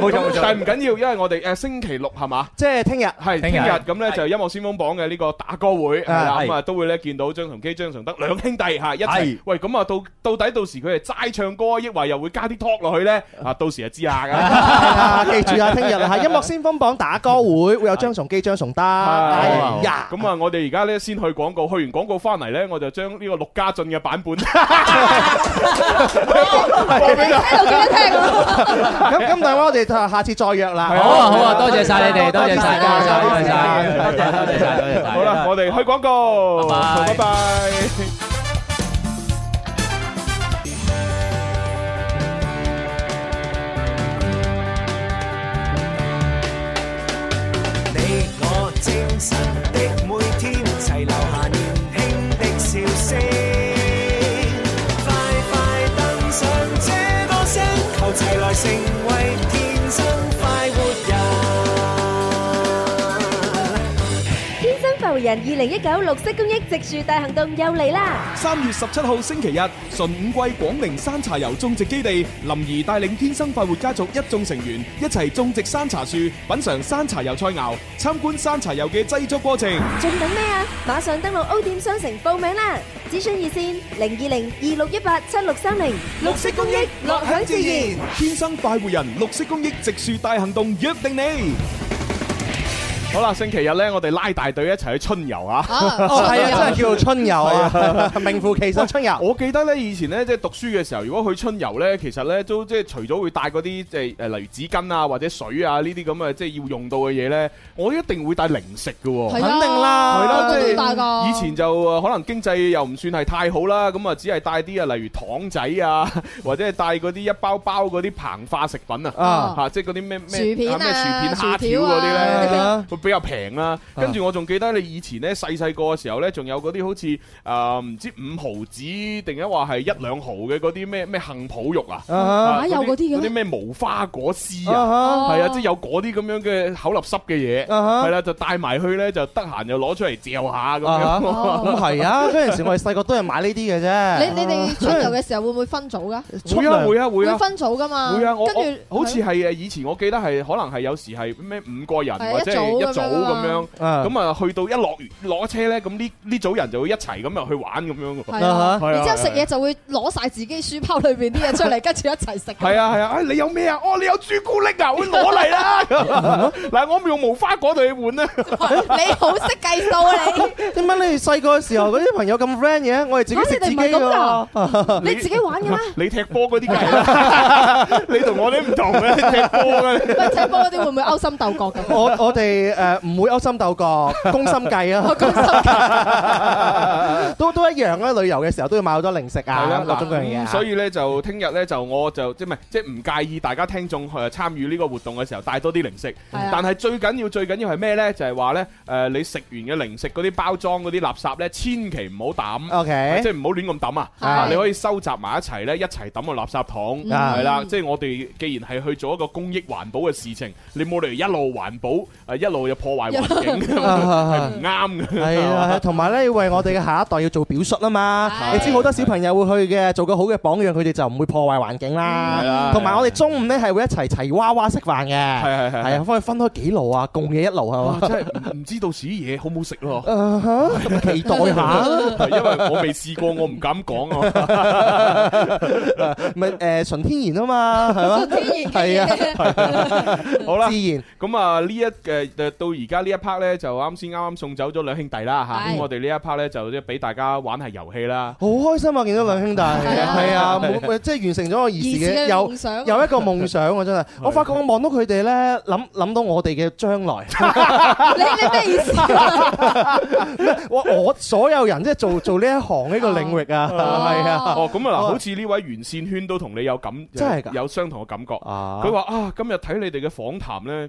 冇錯冇錯但係唔緊要，因為我哋誒星期六係嘛，即係聽日係聽聽日日咁咧就音樂先鋒榜嘅呢個打歌會係啦，咁啊都會咧見到張崇基、張崇德兩兄弟嚇一齊係。喂，咁啊到到底到時佢係齋唱歌，抑或又會加啲 talk 落去咧？啊，到時就知下㗎。啊！ *laughs* 記住啊，聽日 *laughs* 啊，音樂先鋒榜打歌會會有張崇基、張崇啊德。哎呀，咁啊，我哋而家咧先去廣告，去完廣告翻嚟咧，我就將呢個陸家俊嘅版本哦播俾你。咁咁，大家我哋就下次再約啦。好啊好啊多謝晒你哋多謝晒時間多謝晒多謝時間多謝晒多謝晒多謝晒多謝晒好啦，我哋開廣告，拜 *laughs* 拜。你我精神的每天，齊留下年輕的笑聲。快快登上這歌聲，求齊來成為天生快活人。天生快活人二零一九綠色公益植樹大行動又嚟啦！三月十七號星期日，順五季廣寧山茶油種植基地，林兒帶領天生快活家族一眾成員一齊種植山茶樹，品嚐山茶油菜肴，參觀山茶油嘅製作過程。仲等咩啊？馬上登錄 O 店商城報名啦！諮詢熱線零二零二六一八七六三零，綠色公益，樂享自然。天生快活人，綠色公益植樹大行動約定你。好啦，星期日咧，我哋拉大隊一齊去春遊啊！哦係啊真係叫做春遊啊 *laughs* 係 *laughs* 名副其實春遊喂我記得咧，以前咧即係讀書嘅時候，如果去春遊咧，其實咧都即係除咗會帶嗰啲即係誒，例如紙巾啊或者水啊呢啲咁嘅即係要用到嘅嘢咧，我一定會帶零食嘅喎。係啊肯定啦係啦，我都帶即㗎係以前就呃誒可能經濟又唔算係太好啦，咁啊只係帶啲啊，例如糖仔啊， *laughs* 或者係帶嗰啲一包包嗰啲膨化食品啊啊，嚇即係嗰啲咩咩薯片啊咩薯片蝦薯條條嗰啲啊咧係啊。會比較平啦。跟住我仲記得你以前咧細細個嘅時候咧，仲有嗰啲好似誒唔知五毫子定係話係一兩毫嘅嗰啲咩咩杏脯肉啊，啊啊啊有嗰啲嘅嗰咩啲咩無花果絲啊啊，哈係啊，即係有嗰啲咁樣嘅口立濕嘅嘢，啊哈係啦，就帶埋去咧就得閒就攞出嚟嚼下咁啊樣。 *laughs* 咁係啊！嗰陣時我哋細個都係買呢啲嘅啫。你你哋出遊嘅時候會唔會分組噶？會啊會啊會啊會分組噶嘛？會啊，我跟住我好似係誒以前我記得係可能係有時係咩五個人係或者係一組咁樣，啊咁啊去到一落落車咧，咁呢呢組人就會一齊咁啊去玩咁樣喎。係啊，係然之後食嘢就會攞晒自己書包裏邊啲嘢出嚟，跟住一齊食。係啊係啊，哎你有咩啊？哦你有朱古力啊，我攞嚟啦！嗱我唔用無花果同你換啦。 *laughs* 你好識計數啊 *laughs* 你！點解你哋細個嘅時候嗰啲朋友咁 friend 嘅？我哋自己食自己㗎喎。你自己玩嘅咩？ *laughs* 你踢波嗰啲計， *laughs* 你同我哋唔同嘅，踢波嘅。喂，踢波嗰啲會唔會勾心鬥角㗎？我我哋誒唔會勾心鬥角，攻心計啊！攻心計 *laughs* 都都一樣啦。旅遊嘅時候都要買好多零食係啊，各嗱種各樣嘢啊。咁所以 *laughs* 咧就聽日咧就我就即係唔係即係唔介意大家聽眾誒參與呢個活動嘅時候帶多啲零食，係啊但係最緊要最緊要係咩咧？就係話咧誒你食完嘅零食嗰啲包裝嗰啲垃圾咧，千祈唔好抌 OK 即係唔好亂咁抌啊！係啊你可以收集埋一齊咧，一齊抌個垃圾桶嗯係啦。即係我哋既然係去做一個公益環保嘅事情，你冇理由一路環保誒啊一路又破壞環境， *laughs* 係唔啱嘅。啊係啊，同埋咧要為我哋嘅下一代要做表率啊嘛！你知好多小朋友會去嘅，做個好嘅榜樣，佢哋就唔會破壞環境係啦啦。同埋我哋中午咧係會一齊齊娃娃食飯嘅，係係係啊，可以分開幾爐啊，共嘢一爐係哇嘛！真係唔唔知道屎嘢好唔好食咯。啊哈咁期待下。 *laughs* 係因為我未試過，我唔敢講啊。 *laughs* 咪誒純天然啊嘛，係嘛？純天然 *laughs* 係啊，好啦，自然咁啊呢一誒誒到而家呢一 part 咧，就啱先啱啱送走咗兩兄弟啦嚇。係咁我哋呢一 part 咧就即係俾大家玩下遊戲啦。好開心啊！見到兩兄弟，係啊，冇冇即係完成咗我兒兒時時嘅嘅有夢想有一個夢想啊！真係，我發覺我望到佢哋咧，諗諗到我哋嘅將來。你你咩意思？ *laughs* 我我所有人即係做做呢一行呢個領域啊，係啊，哦，咁啊嗱，好似呢位袁善圈都同你有感，真係㗎有相同嘅感覺。佢話啊，今日睇你哋嘅訪談咧，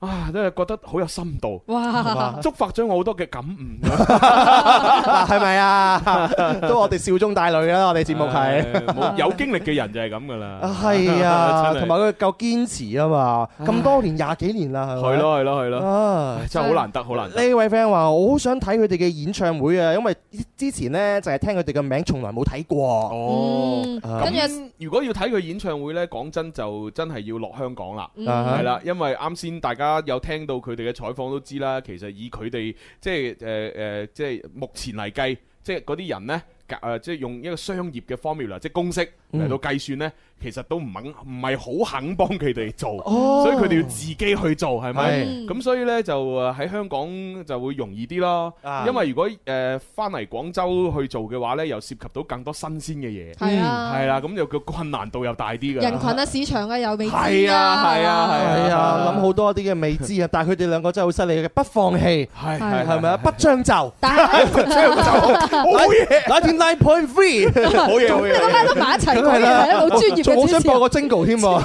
啊，真係覺得好有深度， *laughs* 哇觸發咗我好多嘅感悟。嗱係咪啊？都我哋笑中帶淚啦，我哋節目係誒冇有經歷嘅人就係咁噶啦。 *laughs* 係啊， *laughs* 真係同埋佢夠堅持啊嘛，咁多年廿幾年啦，係咪係咯係咯係咯啊，唉真係好難得好難得。呢位 friend 話：我好想睇佢哋嘅演唱會啊，因為之前呢，就係聽佢哋嘅名，從來冇睇過。哦啊咁如果要睇佢演唱會呢，講真就真係要落香港啦，嗯係啦，因為啱先大家有聽到佢哋嘅採訪都知啦，其實以佢哋即係誒誒，即係目前嚟計，即係嗰啲人呢。誒，即係用一個商業嘅 formula，即係公式嚟嗯到計算呢，其實都唔肯，唔係好肯幫佢哋做，哦所以佢哋要自己去做，係咪？係咁所以呢，就誒喺香港就會容易啲咯，啊因為如果誒翻嚟廣州去做嘅話呢，又涉及到更多新鮮嘅嘢，係啊係啦，咁就個困難度又大啲㗎。 *laughs* 人群啊、市場啊又未知係啊係啊係啊係啊，諗好多啲嘅未 *laughs* 知啊，但係佢哋兩個真係好犀利嘅，不放棄，係係係咪啊？不將就， *laughs* 但係不將就， *laughs* 好嘢，nineteen nine point *laughs* three，好嘢好嘢你拉得埋一齊講嘢梗係啦係一個好專業嘅仲好主想持人播個 *laughs* jingle 添喎，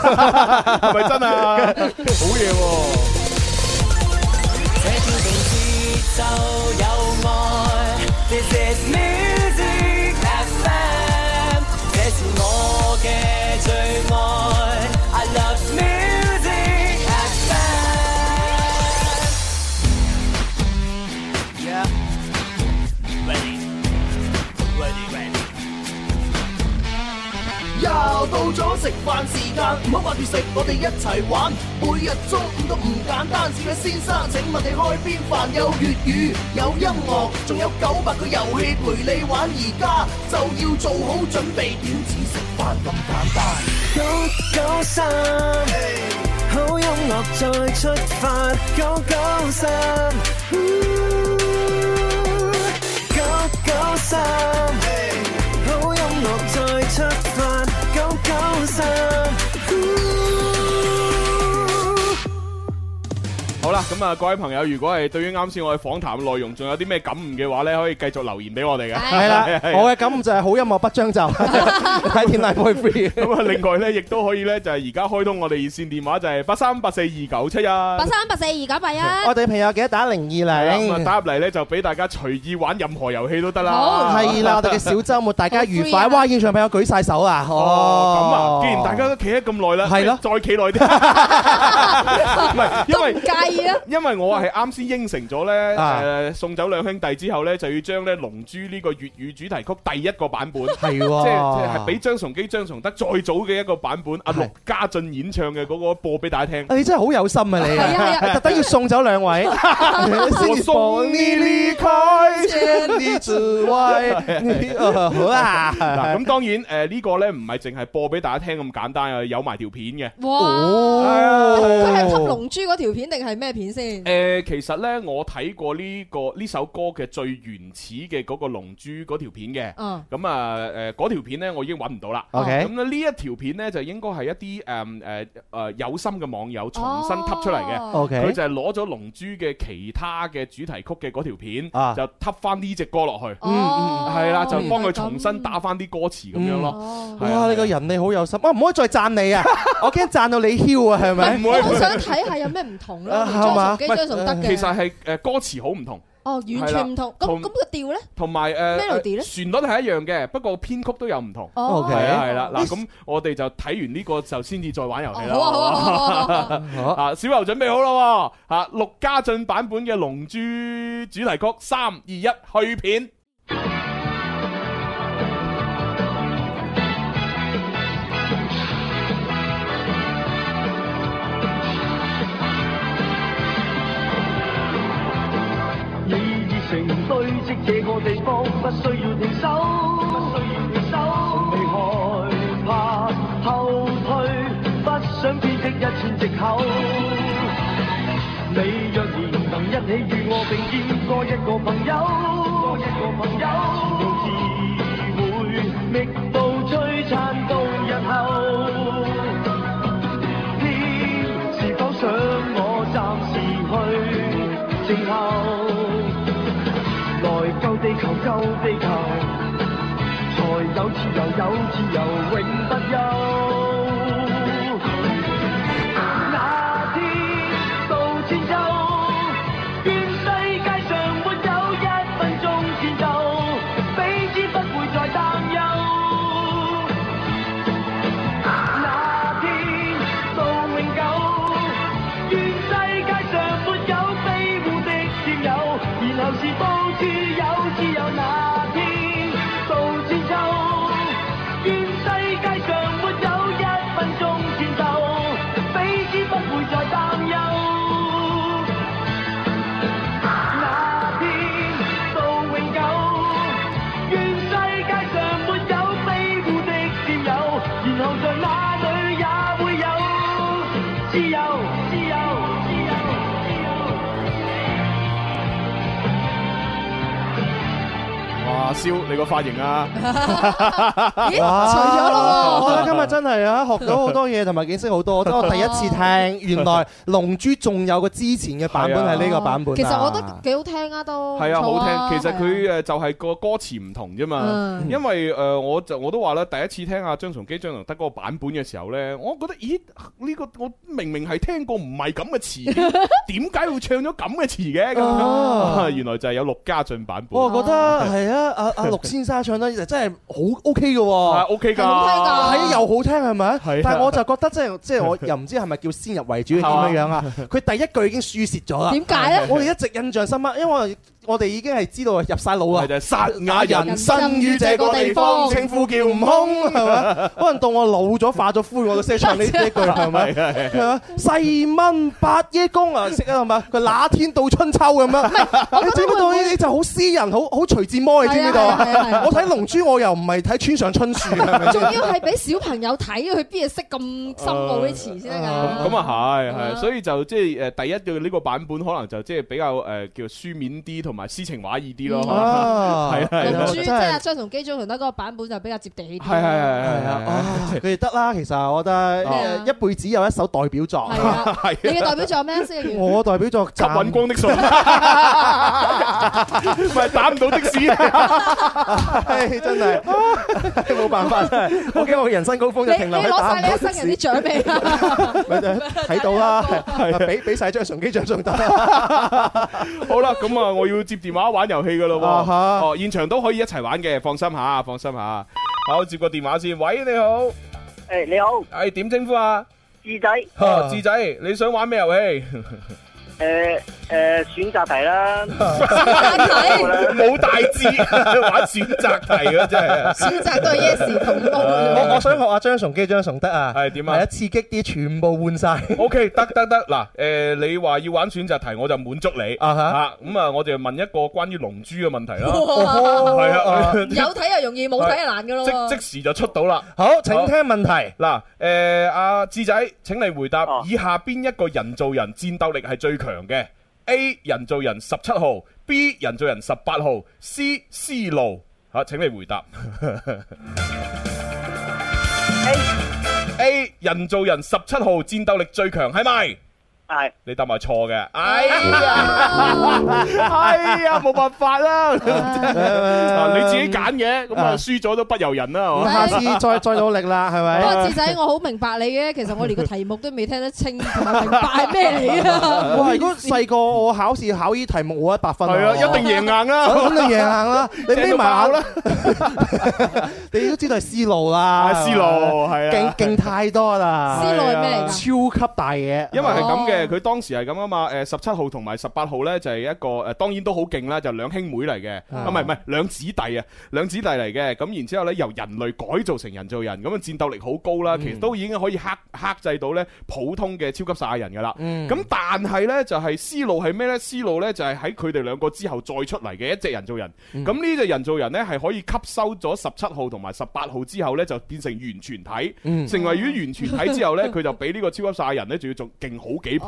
係咪真啊？好嘢喎！这天地之就有愛，This is music FM，這是我嘅最愛，I love music FM。又到咗食飯時間，唔好掛住食，我哋一齊玩。每日中午都唔簡單，小嘅先生，請問你開邊飯？有粵語，有音樂，仲有九百個遊戲陪你玩。而家就要做好準備，點止食飯咁簡單？九九三，好音樂再出發，九九三，九九三，好音樂再出發，九九三。好啦，咁啊，各位朋友，如果係對於啱先我嘅訪談內容仲有啲咩感悟嘅話呢，可以繼續留言俾我哋嘅。*laughs* *laughs* 係啦，我嘅感悟就係好音樂不將就，nineteen nine point three。 *laughs* 咁啊，另外呢，亦都可以呢，就係而家開通我哋熱線電話就係八三八四二九七一。八三八四二九八一，Dạ, 我哋朋友記得打零係二啦零咁啊，。打入嚟呢，就俾大家隨意玩任何遊戲都得啦。係 *laughs* 啦，我哋嘅小周末，大家愉快。哇！現場朋友舉晒手啊！哦咁啊，*laughs* 哦，，既然大家都企咗咁耐啦，係咯再企耐啲，唔係因為唔介意啊因為我係啱先應承咗咧，啊誒送走兩兄弟之後咧，就要將咧《龍珠》呢個粵語主題曲第一個版本， *laughs* 係喎即係即係比張崇基、張崇德再早嘅一個版本，阿陸家俊演唱嘅嗰個播俾大家聽。你真係好有心啊！你係啊係啊特登要送走 *laughs* 兩位，我送你離開啊千里之外。 *laughs* 你哦好啊，嗱，咁當然誒呢個咧唔係淨係播俾大家聽咁簡單啊，有埋條片嘅。哇！哦佢係吸龍珠嗰條片定係咩片先？誒、其實呢，我睇過呢、個呢首歌嘅最原始嘅嗰個《龍珠》嗰條片嘅，嗯咁啊誒嗰條片呢，我已經揾唔到啦。 OK 咁咧呢一條片呢，就應該係一啲誒誒誒有心嘅網友重新揼出嚟嘅。哦 OK 佢就係攞咗《龍珠》嘅其他嘅主題曲嘅嗰條片，啊就揼翻呢只歌落去。嗯嗯哦嗯係啦，就原幫佢重新打翻啲歌詞咁樣咯。係啊哦哇！你個人你好有心，哇！唔可以再讚 *laughs* 你啊！我驚讚到你囂啊，係咪？我好想睇下有咩唔同咯，啊張係嘛崇基、張崇德嘅。其實係誒歌詞好唔同。哦，完全唔同。係咁啦咁個調咧？同埋誒 Melody 呢旋律係一樣嘅，不過編曲都有唔同。哦 OK 係啦係啦，嗱咁我哋就睇完呢個就先至再玩遊戲啦。哦好啊好啊 *laughs* 好啊好啊！小牛準備好啦喎，嚇陸家俊版本嘅《龍珠》主題曲，三二一去片。以熱誠堆積這個地方，不需要停手，不需要停手，從未害怕後退，不想變的一串藉口。你若然能一起與我並肩，多一個朋友，多一個朋友，前路自會覓到璀璨到日後。天是否想我暫時去靜候？來救地球，救地球，才有自由，有自由永不休。那天到千秋，願世界上沒有一分鐘戰鬥，彼此不會再擔憂。那天到永久，願世界上沒有庇護的佔有，然後是到處有自由。那天到千秋，願世界上沒有一分鐘戰鬥，彼此不會再擔憂。那天到永久。願世界上沒有卑污的佔有，然後在那裏也會有自由，自由，自由，自哇！蕭你個髮型啊， *laughs* 咦我覺得今日真係啊，學到好多嘢，同埋見識好多。我 *laughs* 我第一次聽，原來《龍珠》仲有個之前嘅版本係呢個版本啊。其實我覺得幾好聽啊，都係啊，唔錯好聽。其實係啊佢誒就係個歌詞唔同啫嘛，嗯因為誒我就我都話啦，第一次聽阿張崇基、張崇德嗰個版本嘅時候咧，我覺得咦呢個我明明係聽過唔係咁嘅詞嘅，點解會唱咗咁嘅詞嘅？咁哦啊原來就係有陸家俊版本。我覺得係啊，阿 *laughs* 阿陸先生唱得真係好 OK 嘅喎，OK 㗎係啊又好聽係咪？係啊但係我就覺得即係即係我又唔知係咪叫先入為主定點樣樣啊？佢第一句已經輸蝕咗啦。點解咧我哋一直印象深刻，因為我哋我哋已經係知道入晒腦啊！係就係撒雅人生於這個地方稱呼叫悟空 *laughs* 係咪？可能到我老咗化咗灰，我都識唱呢呢一句係咪？係係係係咪？細蚊八耶公啊，識啊係咪？佢那天到春秋咁樣，你知唔知道呢？你就好詩人，好好徐志摩，你知唔知道係啊係啊係啊啊？我睇《龍珠》，我又唔係睇村上春樹，係咪 *laughs* 仲要係俾小朋友睇，佢邊係識咁深奧啲詞先得㗎？咁咁啊係係，所以就即係誒第一嘅呢個版本可能就即係比較誒叫書面啲同埋詩情畫意啲咯，嗯啊係係龍龍係珠即係張同基、張同德嗰個版本就比較接地氣啲。係係係係啊，佢哋得啦。其實我覺得咩啊一輩子有一首代表作， *laughs* 係你嘅代表作咩色嘅？我代表作《揾光的 *laughs* 信》，唔係打唔到的士。唉，真 *laughs* 係冇辦法，我驚我人生高峰就你停你留喺攞打晒你唔到一生的人啲士。獎未啊？咪就係 *laughs* 睇到啦，係俾俾晒張崇基張仲得， *laughs* 好啦，咁啊，我要接電話玩遊戲噶咯喎。啊哈哦，現場都可以一齊玩嘅，放心下，放心下。好，接個電話先。喂，你好。哎誒，你好。誒，點稱呼啊？智仔。 *laughs* 哦，智仔，你想玩咩遊戲？诶诶，选择题啦，冇大志， *laughs* 玩選擇題啊，真係。選擇都係 yes 同 no 我我想學阿張崇基、張崇德啊，係點啊係刺激啲，全部 *laughs* 換晒。 O K，得得得，嗱，诶，你話要玩選擇題，我就滿足你啊哈啊咁啊，我就問一個關於龍珠嘅問題啦，哇係啊， *laughs* 有睇就容易，冇 Ờ. 睇就難噶咯喎。即時就出到啦。好，請聽問題。嗱，誒阿志仔，請你回答以下邊一個人造人戰鬥力係最強嘅？A 人造人十七號，B 人造人十八號，C 思路。嚇，請你回答。A 人造人十七號戰鬥力最強係咪？係。你答埋錯嘅。哎呀 *laughs* 哎呀，冇辦法啦。嗱，你自己揀嘅，咁啊啊輸咗都不由人啦，係嘛下次再再努力啦，係不過咪志？仔，我好明白你嘅，其實我連個題目都未聽得清，同埋明白 *laughs* 係咩嚟啊！哇！如果細個我考試考呢題目，我一百分啊。係啊一定贏硬 *laughs* 啦咁就贏 *laughs* 硬啦。你眯正到埋爆眼啦， *laughs* 你都知道係思路啦。係思路係啊勁勁太多啦。思路係咩嚟㗎嚟？超級大嘢。因為係咁哦嘅，佢當時係咁啊嘛。誒十七號同埋十八號呢，就係一個誒，當然都好勁啦，就兩兄妹嚟嘅，啊唔係唔係兩姊弟啊，兩姊弟嚟嘅。咁然之後呢，由人類改造成人造人，咁啊戰鬥力好高嗯啦，其實都已經可以克克制到呢普通嘅超級賽亞人噶啦。嗯咁但係呢，就係思路係咩呢？思路呢，就係喺佢哋兩個之後再出嚟嘅一隻人造人。嗯咁呢隻人造人呢，係可以吸收咗十七號同埋十八號之後呢，就變成完全體，嗯成為於完全體之後呢，佢就比呢個超級賽亞人呢，仲要仲勁好幾倍。啊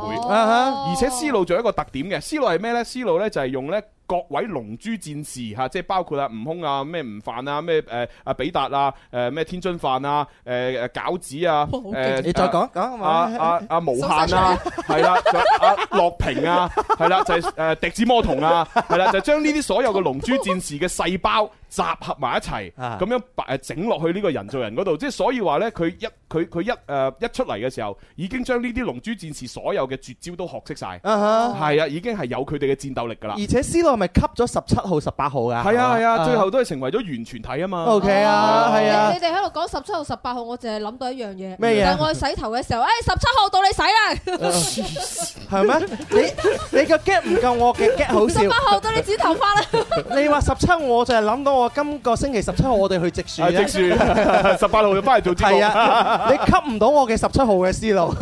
而且思路仲有一個特點嘅，思路係咩呢？思路呢就係用呢各位龍珠戰士嚇，即係包括啊悟空啊、咩悟飯啊、咩誒啊比達啊、誒咩天津飯啊、誒誒餃子啊、誒你再講講啊啊啊啊無限啊，係啦，仲有啊樂平啊，係啦，就係誒笛子魔童啊，係啦，就將呢啲所有嘅龍珠戰士嘅細胞。集合埋一齊，啊咁樣擺呃整落去呢個人造人嗰度，即係所以話呢，佢一佢佢一誒一出嚟嘅時候，已經將呢啲龍珠戰士所有嘅絕招都學識晒，啊哈係啊，已經係有佢哋嘅戰鬥力㗎啦。哦而且思路係咪吸咗十七號、十八號㗎？係啊係啊，最後都係成為咗完全體啊嘛。 OK 啊係啊你哋喺度講十七號、十八號，我淨係諗到一樣嘢。咩嘢但係我去洗頭嘅時候，誒十七號到你洗啦。係咩？你你個 get 唔夠我 *laughs* 嘅 get 好笑。十八號到你剪頭髮啦。 *laughs* 你話十七，我就係諗到我今個星期十七號我哋去植樹啊，啫。直樹 *laughs* 十八號就翻嚟做節目。係啊，你吸唔到我嘅十七號嘅思路。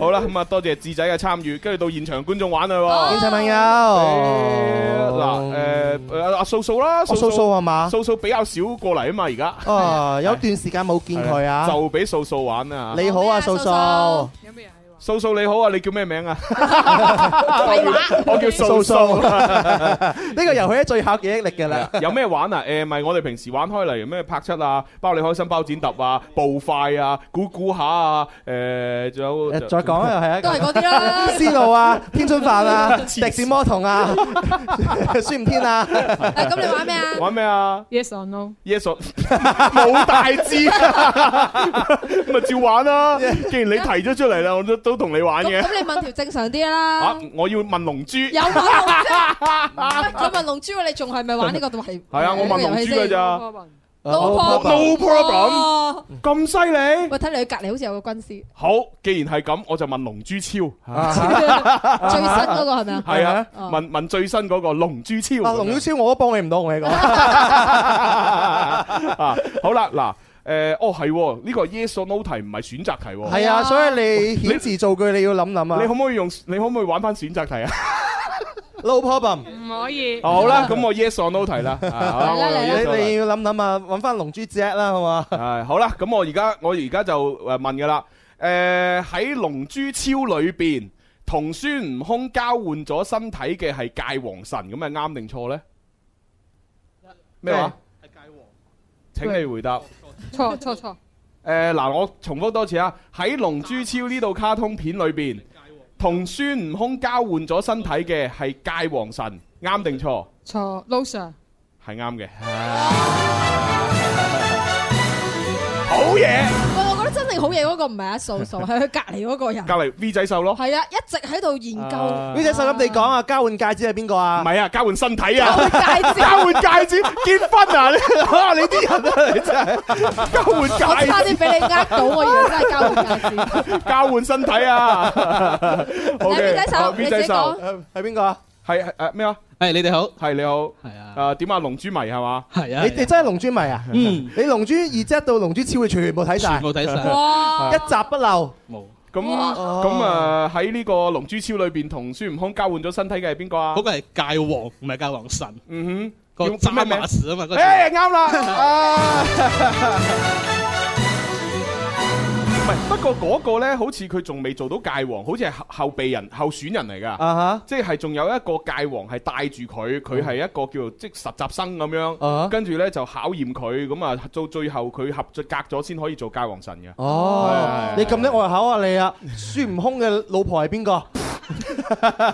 好啦，咁啊，多謝智仔嘅參與，跟住到現場觀眾玩啦喎。現場朋友，嗱，誒誒阿素素啦，哦素素係嘛素素比較少過嚟啊嘛，而家。啊，有段時間冇見佢啊。就俾素素玩啊！你好啊，素素。素素你好啊，你叫咩名啊？ *laughs* 我叫我叫素素。 *laughs* 呢個遊戲咧最考記憶力㗎啦。 *laughs* 有咩玩啊？誒，咪我哋平時玩開嚟咩拍七啊、包你開心、包剪揼啊、步快啊、估估下啊，誒，仲有誒再講啊，又係一個都係嗰啲啦思 *laughs* 路啊，天津飯啊，迪士魔童啊，孫悟天啊。咁你玩咩啊？玩咩啊 Yes or no？ ？Yes *laughs* or 冇大志，咪照玩啦。既然你提咗出嚟啦，我都都同你玩嘅咁。咁你問條正常啲啦啊。！我要問龍珠。有問龍珠，喂，你問龍珠，你仲係咪玩呢個題？係啊我問龍珠㗎咋 Ờ, ？No Oh, No problem。咁 Ờ. 犀利！喂，睇嚟佢隔離好似有個軍師，好，既然係咁，我就問龍珠超。 *laughs* 啊最新嗰個係咪 *laughs* 啊？係啊，哦問問最新嗰個龍珠超。啊，龍小超我都幫你唔到，我同你講。 *laughs* 啊，好啦，嗱，诶，哦，係喎，呢個 yes or no 題唔係選擇題喎。係啊，所以你顯示造句你要諗諗啊。你可唔可以用？你可唔可以玩翻選擇題啊？ No problem。唔可以。好啦，咁我 yes or no 題 *laughs* 啦。啊我用 yes or no 你你要諗諗啊，揾翻龍珠 Z 啦，好嘛？係好啦，咁我而家我而家就誒問噶啦，誒喺《龍珠超》裏邊同孫悟空交換咗身體嘅係界王神，咁係啱定錯呢？咩話？係界王。請你回答。錯錯錯。誒嗱，我重複多次啊！喺《龍珠超》呢套卡通片裏邊，同孫悟空交換咗身體嘅係界王神，啱定錯？錯，no sir。係啱嘅。好嘢！喂，我覺得得真係好嘢嗰個唔係阿 *laughs* 素素，係佢隔離嗰個人。隔離 V 仔秀咯，係啊，一直喺度研究。啊呢隻手咁你講啊，交換戒指係邊個啊？唔係啊，交換身體啊，交換戒指交換戒指，結婚 *laughs* 啊！你啊你啲人啊，你真係交換戒指，我差啲俾你呃到，我以為真係交換戒指。交換身體啊！OK，嚟 V 仔手好你，V 自己仔手講係邊個啊？係係誒咩啊？係你哋好，係你好，係啊！誒點啊？龍珠迷係嘛？係你你真係龍珠迷啊？嗯，你龍珠二 Z 到龍珠超，你全部睇晒，Ừ. 全部睇晒哇一集不漏。咁咁啊喺呢個《龍珠超》裏邊同孫悟空交換咗身體嘅係邊個啊？嗰個係界王，唔係界王神。嗯哼，個叫揸咩名馬士啊嘛。嗰陣誒啱 *laughs* 啦！À. 啊唔係，不過嗰個咧，好似佢仲未做到界王，好似係後後備人、候選人嚟㗎。啊嗯即係仲有一個界王係帶住佢，佢係一個叫做即係實習生咁啊樣，跟住咧就考驗佢，咁啊到最後佢合咗格咗先可以做界王神嘅。Dạ, 哦，你咁叻，我又考下你啊！孫悟空嘅老婆係邊個？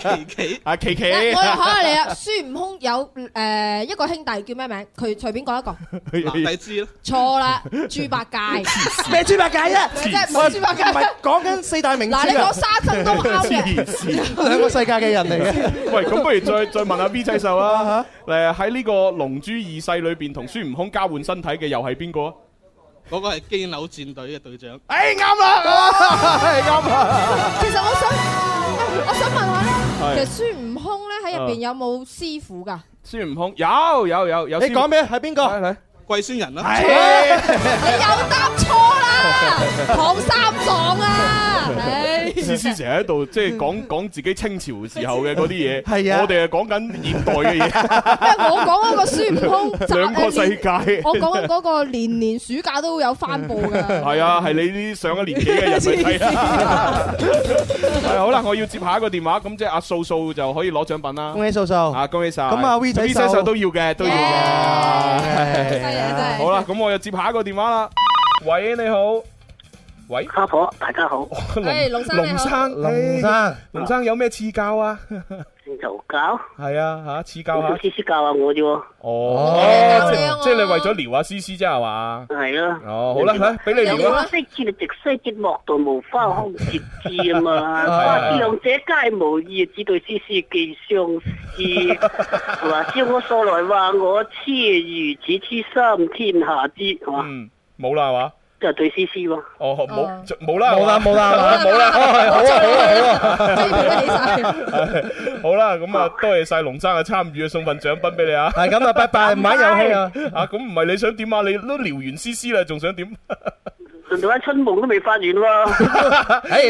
琪琪啊，琪琪，我又考下你啊， *laughs* 孫悟空有誒一個兄弟叫咩名？佢隨便講一個。藍底知啦，錯 *laughs* 啦，豬八戒。咩豬八戒 *laughs* 啫？真係唔係豬八戒。唔係講緊四大名著啊嗱，你講沙 *laughs* 僧都啱嘅。兩個世界嘅人嚟 *laughs* 嘅。喂，咁不如再再問下 B 仔獸啊，誒喺呢個《龍珠二世》裏邊同孫悟空交換身體嘅又係邊個啊？嗰個係基紐戰隊嘅隊長。誒啱啦，啱啦。其實我想，我想問下咧，係其實孫悟空咧喺入啊邊有冇師傅㗎？孫悟空有有有有，你講咩？係邊個？嚟貴孫人啦。 *laughs* 你又答錯啦，唐三藏 *laughs* 啊！唉思思成日喺度即係講講自己清朝時候嘅嗰啲嘢，係啊我哋係講緊現代嘅 *laughs* 嘢。 *laughs* 我講嗰個孫悟空 *laughs* 集，兩個世界 *laughs* 我講嗰個年年暑假都有翻播 *laughs* 㗎。係啊，係你呢啲上一年紀嘅人咪睇啊。 *laughs* 係好啦，我要接下一個電話，咁即係阿素素就可以攞獎品啦。恭喜素素啊，恭喜晒！咁啊，V 仔 V 仔手都要嘅，都要嘅。好啦，咁我又接下一個電話啦。喂，你好。喂，家婆，大家好。誒龍生你好龍生，龍生，龍生有咩賜教啊？就教係啊，吓賜教下咁。思思教下我啫喎。哦，即係即係你為咗撩阿思思啫係嘛？係咯。哦，好啦，吓俾你 Dạ, 有撩啦可。惜見直西結莫道無花空折枝啊嘛，係話兩者皆無意，只對絲絲寄相思。話照我素來話 vâng, 我痴如此痴心天下知，係嘛？嗯，冇啦係嘛？就對絲絲喎。哦，冇就冇啦，冇啦係嘛冇啦 *laughs* 冇啦，冇啦好啊好啊好啊好啊，係 *laughs* 好啦，咁啊，多謝晒龍生嘅參與，送份獎品俾你啊！係咁啊拜 *laughs* 拜唔玩遊戲啊！啊，咁唔係你想點啊？你都聊完思思啦，仲想點？順道一春夢都未發完 *laughs* 喎。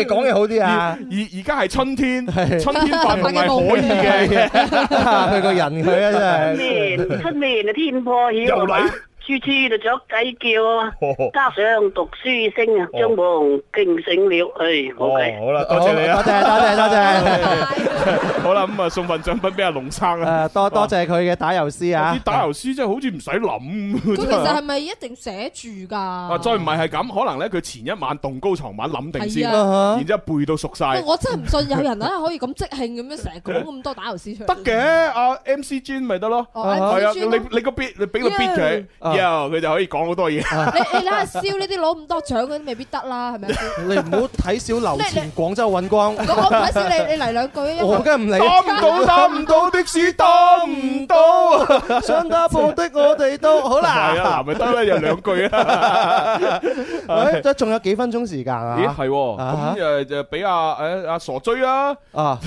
誒，講嘢好啲啊！而而家係 *laughs* 春天，春天發夢係可以啊嘅。佢個人佢啊真係。出面出面啊，天破曉又嚟啊處處就雀仔叫啊，加上讀書聲啊，將夢驚醒了，唉，冇計。好啦，多謝你啊！多 *laughs* 謝 *laughs* 多謝多謝。 *laughs* 好啦，咁啊，送份獎品俾阿龍生啊！ *laughs* 誒，多多謝佢嘅打油詩啊啲！打油詩真係好似唔使 *laughs* 諗。佢真其係實係咪一定寫住㗎？啊，再唔係係咁，可能咧佢前一晚動高床晚諗定先，係啊然之後背到熟晒喂。我真係唔信有人咧可以咁即興咁樣成日講咁多打油詩出嚟。得嘅，阿 MC Jin 咪得咯，哦係啊， MC Jin 你你個 beat 你俾個 beat 佢 y 佢就可以講好 *laughs* 多嘢。你你睇下燒呢啲攞咁多獎嗰啲未必得啦， *laughs* 係咪先？你唔好睇小樓前廣州揾光。 *laughs* 我我唔睇小你，你嚟兩句啊！因為我梗 *laughs* 係唔理。打打到的士打唔 *laughs* 到，想打破的我哋都好係啊，啦。嗱咪得啦，有兩句啊。 *laughs* 喂，即係仲有幾分鐘時間啊？咦，係喎啊咁誒就俾阿誒阿傻追啦。啊！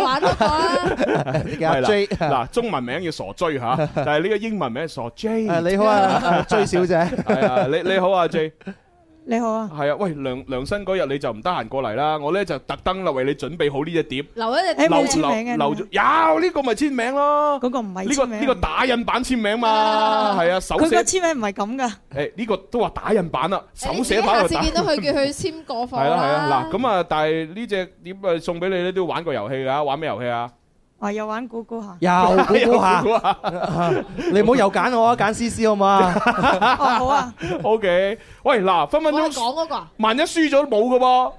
玩嗰個啦，阿係啦 J 啊嗱，中文名叫傻追吓， *laughs* 但係呢個英文名係傻 J。誒 *laughs* 你好啊啊追小姐係啊，你你好啊 J。你好啊，係啊，喂，梁梁生嗰日你就唔得閒過嚟啦，我咧就特登啦為你準備好呢只碟，留一隻誒冇簽名嘅留留咗有呢個咪簽名咯，嗰個唔係呢個簽名呢個打印版簽名嘛，係啊，手佢個寫簽名唔係咁噶，誒呢個都話打印版啦，啊手你寫版下又次打。見到佢叫佢簽過係貨啦係啦。啊，嗱咁啊，但係呢只碟啊送俾你咧都要玩個遊戲㗎，玩咩遊戲啊？我又玩估估下， *laughs* Dạ. 又估估下又估估下， *laughs* 你唔好又揀我啊，揀 C C 好 *laughs* *laughs* 嘛？好啊。 O K，喂嗱，分分我鐘係講嗰個啊。萬一輸咗冇嘅噃。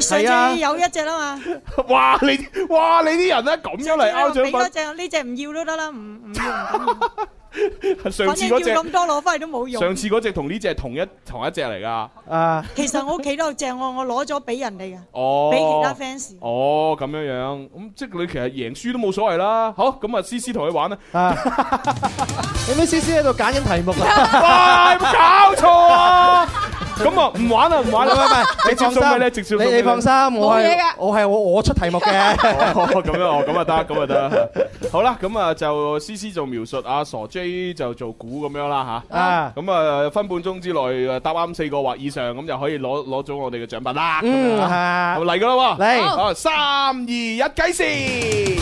上啊 à. 次有一隻啦嘛， *laughs* 哇！你哇你啲人咧咁樣嚟拗獎俾多品，隻，呢隻唔要都得啦，唔唔要唔緊要。 *laughs* 上次嗰反正要咁多只，攞翻嚟都冇用。上次嗰只同呢只係同一同一隻嚟㗎。啊，其實我屋企都有隻，我我攞咗俾人哋嘅。哦，俾其他 fans 哦，咁樣樣，咁即係你其實贏輸都冇所謂啦。好，咁啊，思思同佢玩啦。 *laughs* 你咩思思喺度揀緊題目啊？哇！有冇搞錯啊！咁啊，唔玩啦，唔玩啦，喂喂喂你直接送俾你，直接送俾你你放心，我冇嘢係㗎我係我我出題 *laughs* 目嘅。哦，咁樣哦，咁啊得，咁啊得。好啦，咁啊就 C C 做描述，阿傻 J 就做估咁樣啦吓。啊咁啊分半鐘之內啊答啱四個或以上，咁就可以攞攞咗我哋嘅獎品啦。嗯咁樣啊係咁嚟噶啦喎，嚟好，三二一，計時。誒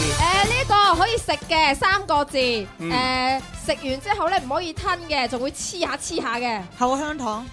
呢個可以食嘅三個字，誒嗯食完之後咧唔可以吞嘅，仲會黐下黐下嘅。口香糖，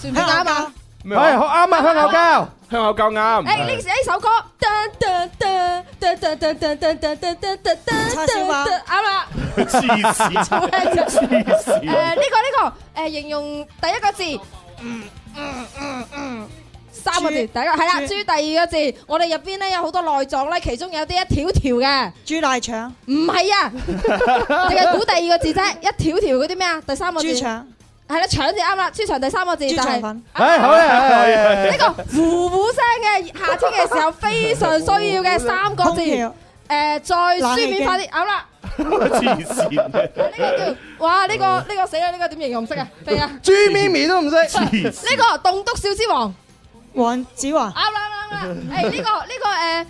算唔算啱啊？咩話係好啱啊！香口膠，香口膠啱。誒呢呢首歌，噔噔噔噔噔噔噔噔噔噔噔噔叉燒包噔啱啦。黐線， *laughs* Ờ, 黐誒線。呢個呢個誒形容第一個字，嗯嗯嗯嗯。三個字，第一個係啦，豬豬第二個字，我哋入邊咧有好多內臟咧，其中有啲一條條嘅。豬大腸，唔係啊，淨係估第二個字啫，一條條嗰啲咩啊？第三個字。豬腸。係啦，腸字啱啦，豬腸第三個字豬就腸係。粉哎好咧哎哎呢個呼呼聲嘅夏天嘅時候非常需要嘅三個字空調。誒，再冷氣書機面快啲，啱啦！黐線嘅，哇，呢個呢個死啦，呢個點形容唔識 *laughs* 啊？定啊？豬哦咪咪都唔識。 *laughs* 呢個棟篤笑之王，黃子華，啱啦啱啦啱啦！誒，呢個呢個誒，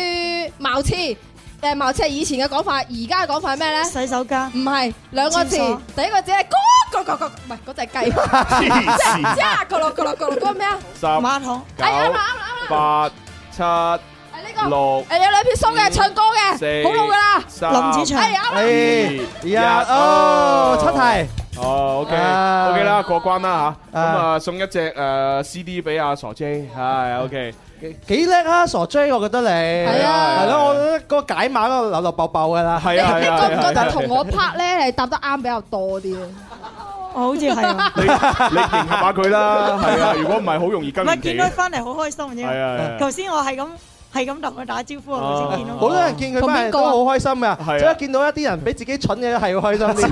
你去茅廁。誒茅廁係以前嘅講法，而家嘅講法係咩咧？洗手間唔係兩個字廁所，第一個字係嗰嗰嗰嗰，唔係嗰只 *laughs* 雞，黐即係線即係嗰落嗰落嗰落嗰個咩啊？十哎馬哎桶九八七六誒有兩片鬚嘅，唱歌嘅，四哎好老噶啦，哎三係啱啦。哎一哦七題。哦，OK，OK 啊啦，過關啦吓，咁啊啊送一隻誒 CD 俾阿傻 J，係 OK，幾叻啊！傻 J，我覺得你係啊係咯，我覺得個解碼都流流爆爆噶啦。係啊你係啊覺唔覺係啊得同我 part 咧係答得啱比較多啲啊？我哦好似係。啊你你迎合下佢啦，係啊，如果唔係好容易唔跟係唔見起到。佢翻嚟好開心嘅係啊係啊啫。頭先我係咁係咁同佢打招呼，頭先見到佢。好多人見佢翻嚟都好開心噶，所以見到一啲人比自己蠢嘅係會開心啲。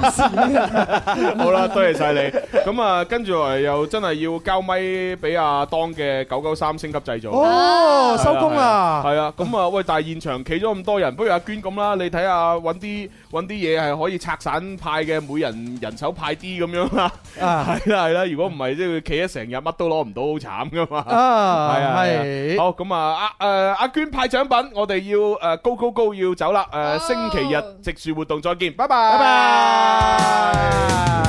*laughs* 好啦，多謝晒你。咁啊，跟住嚟又真係要交咪俾阿當嘅九九三星級製造。哦收工啦係啊，咁啊，喂，但係現場企咗咁多人，不如阿娟咁啦，你睇下揾啲揾啲嘢係可以拆散派嘅，每人人手派啲咁樣啦。啊 *laughs* 係啦係啦，如果唔係即係佢企咗成日乜都攞唔到，好慘噶嘛。啊係啊係係啊。好咁啊，阿誒阿娟派獎品，我哋要誒高高高要走啦。誒星期日植樹活動再見，拜拜。拜拜。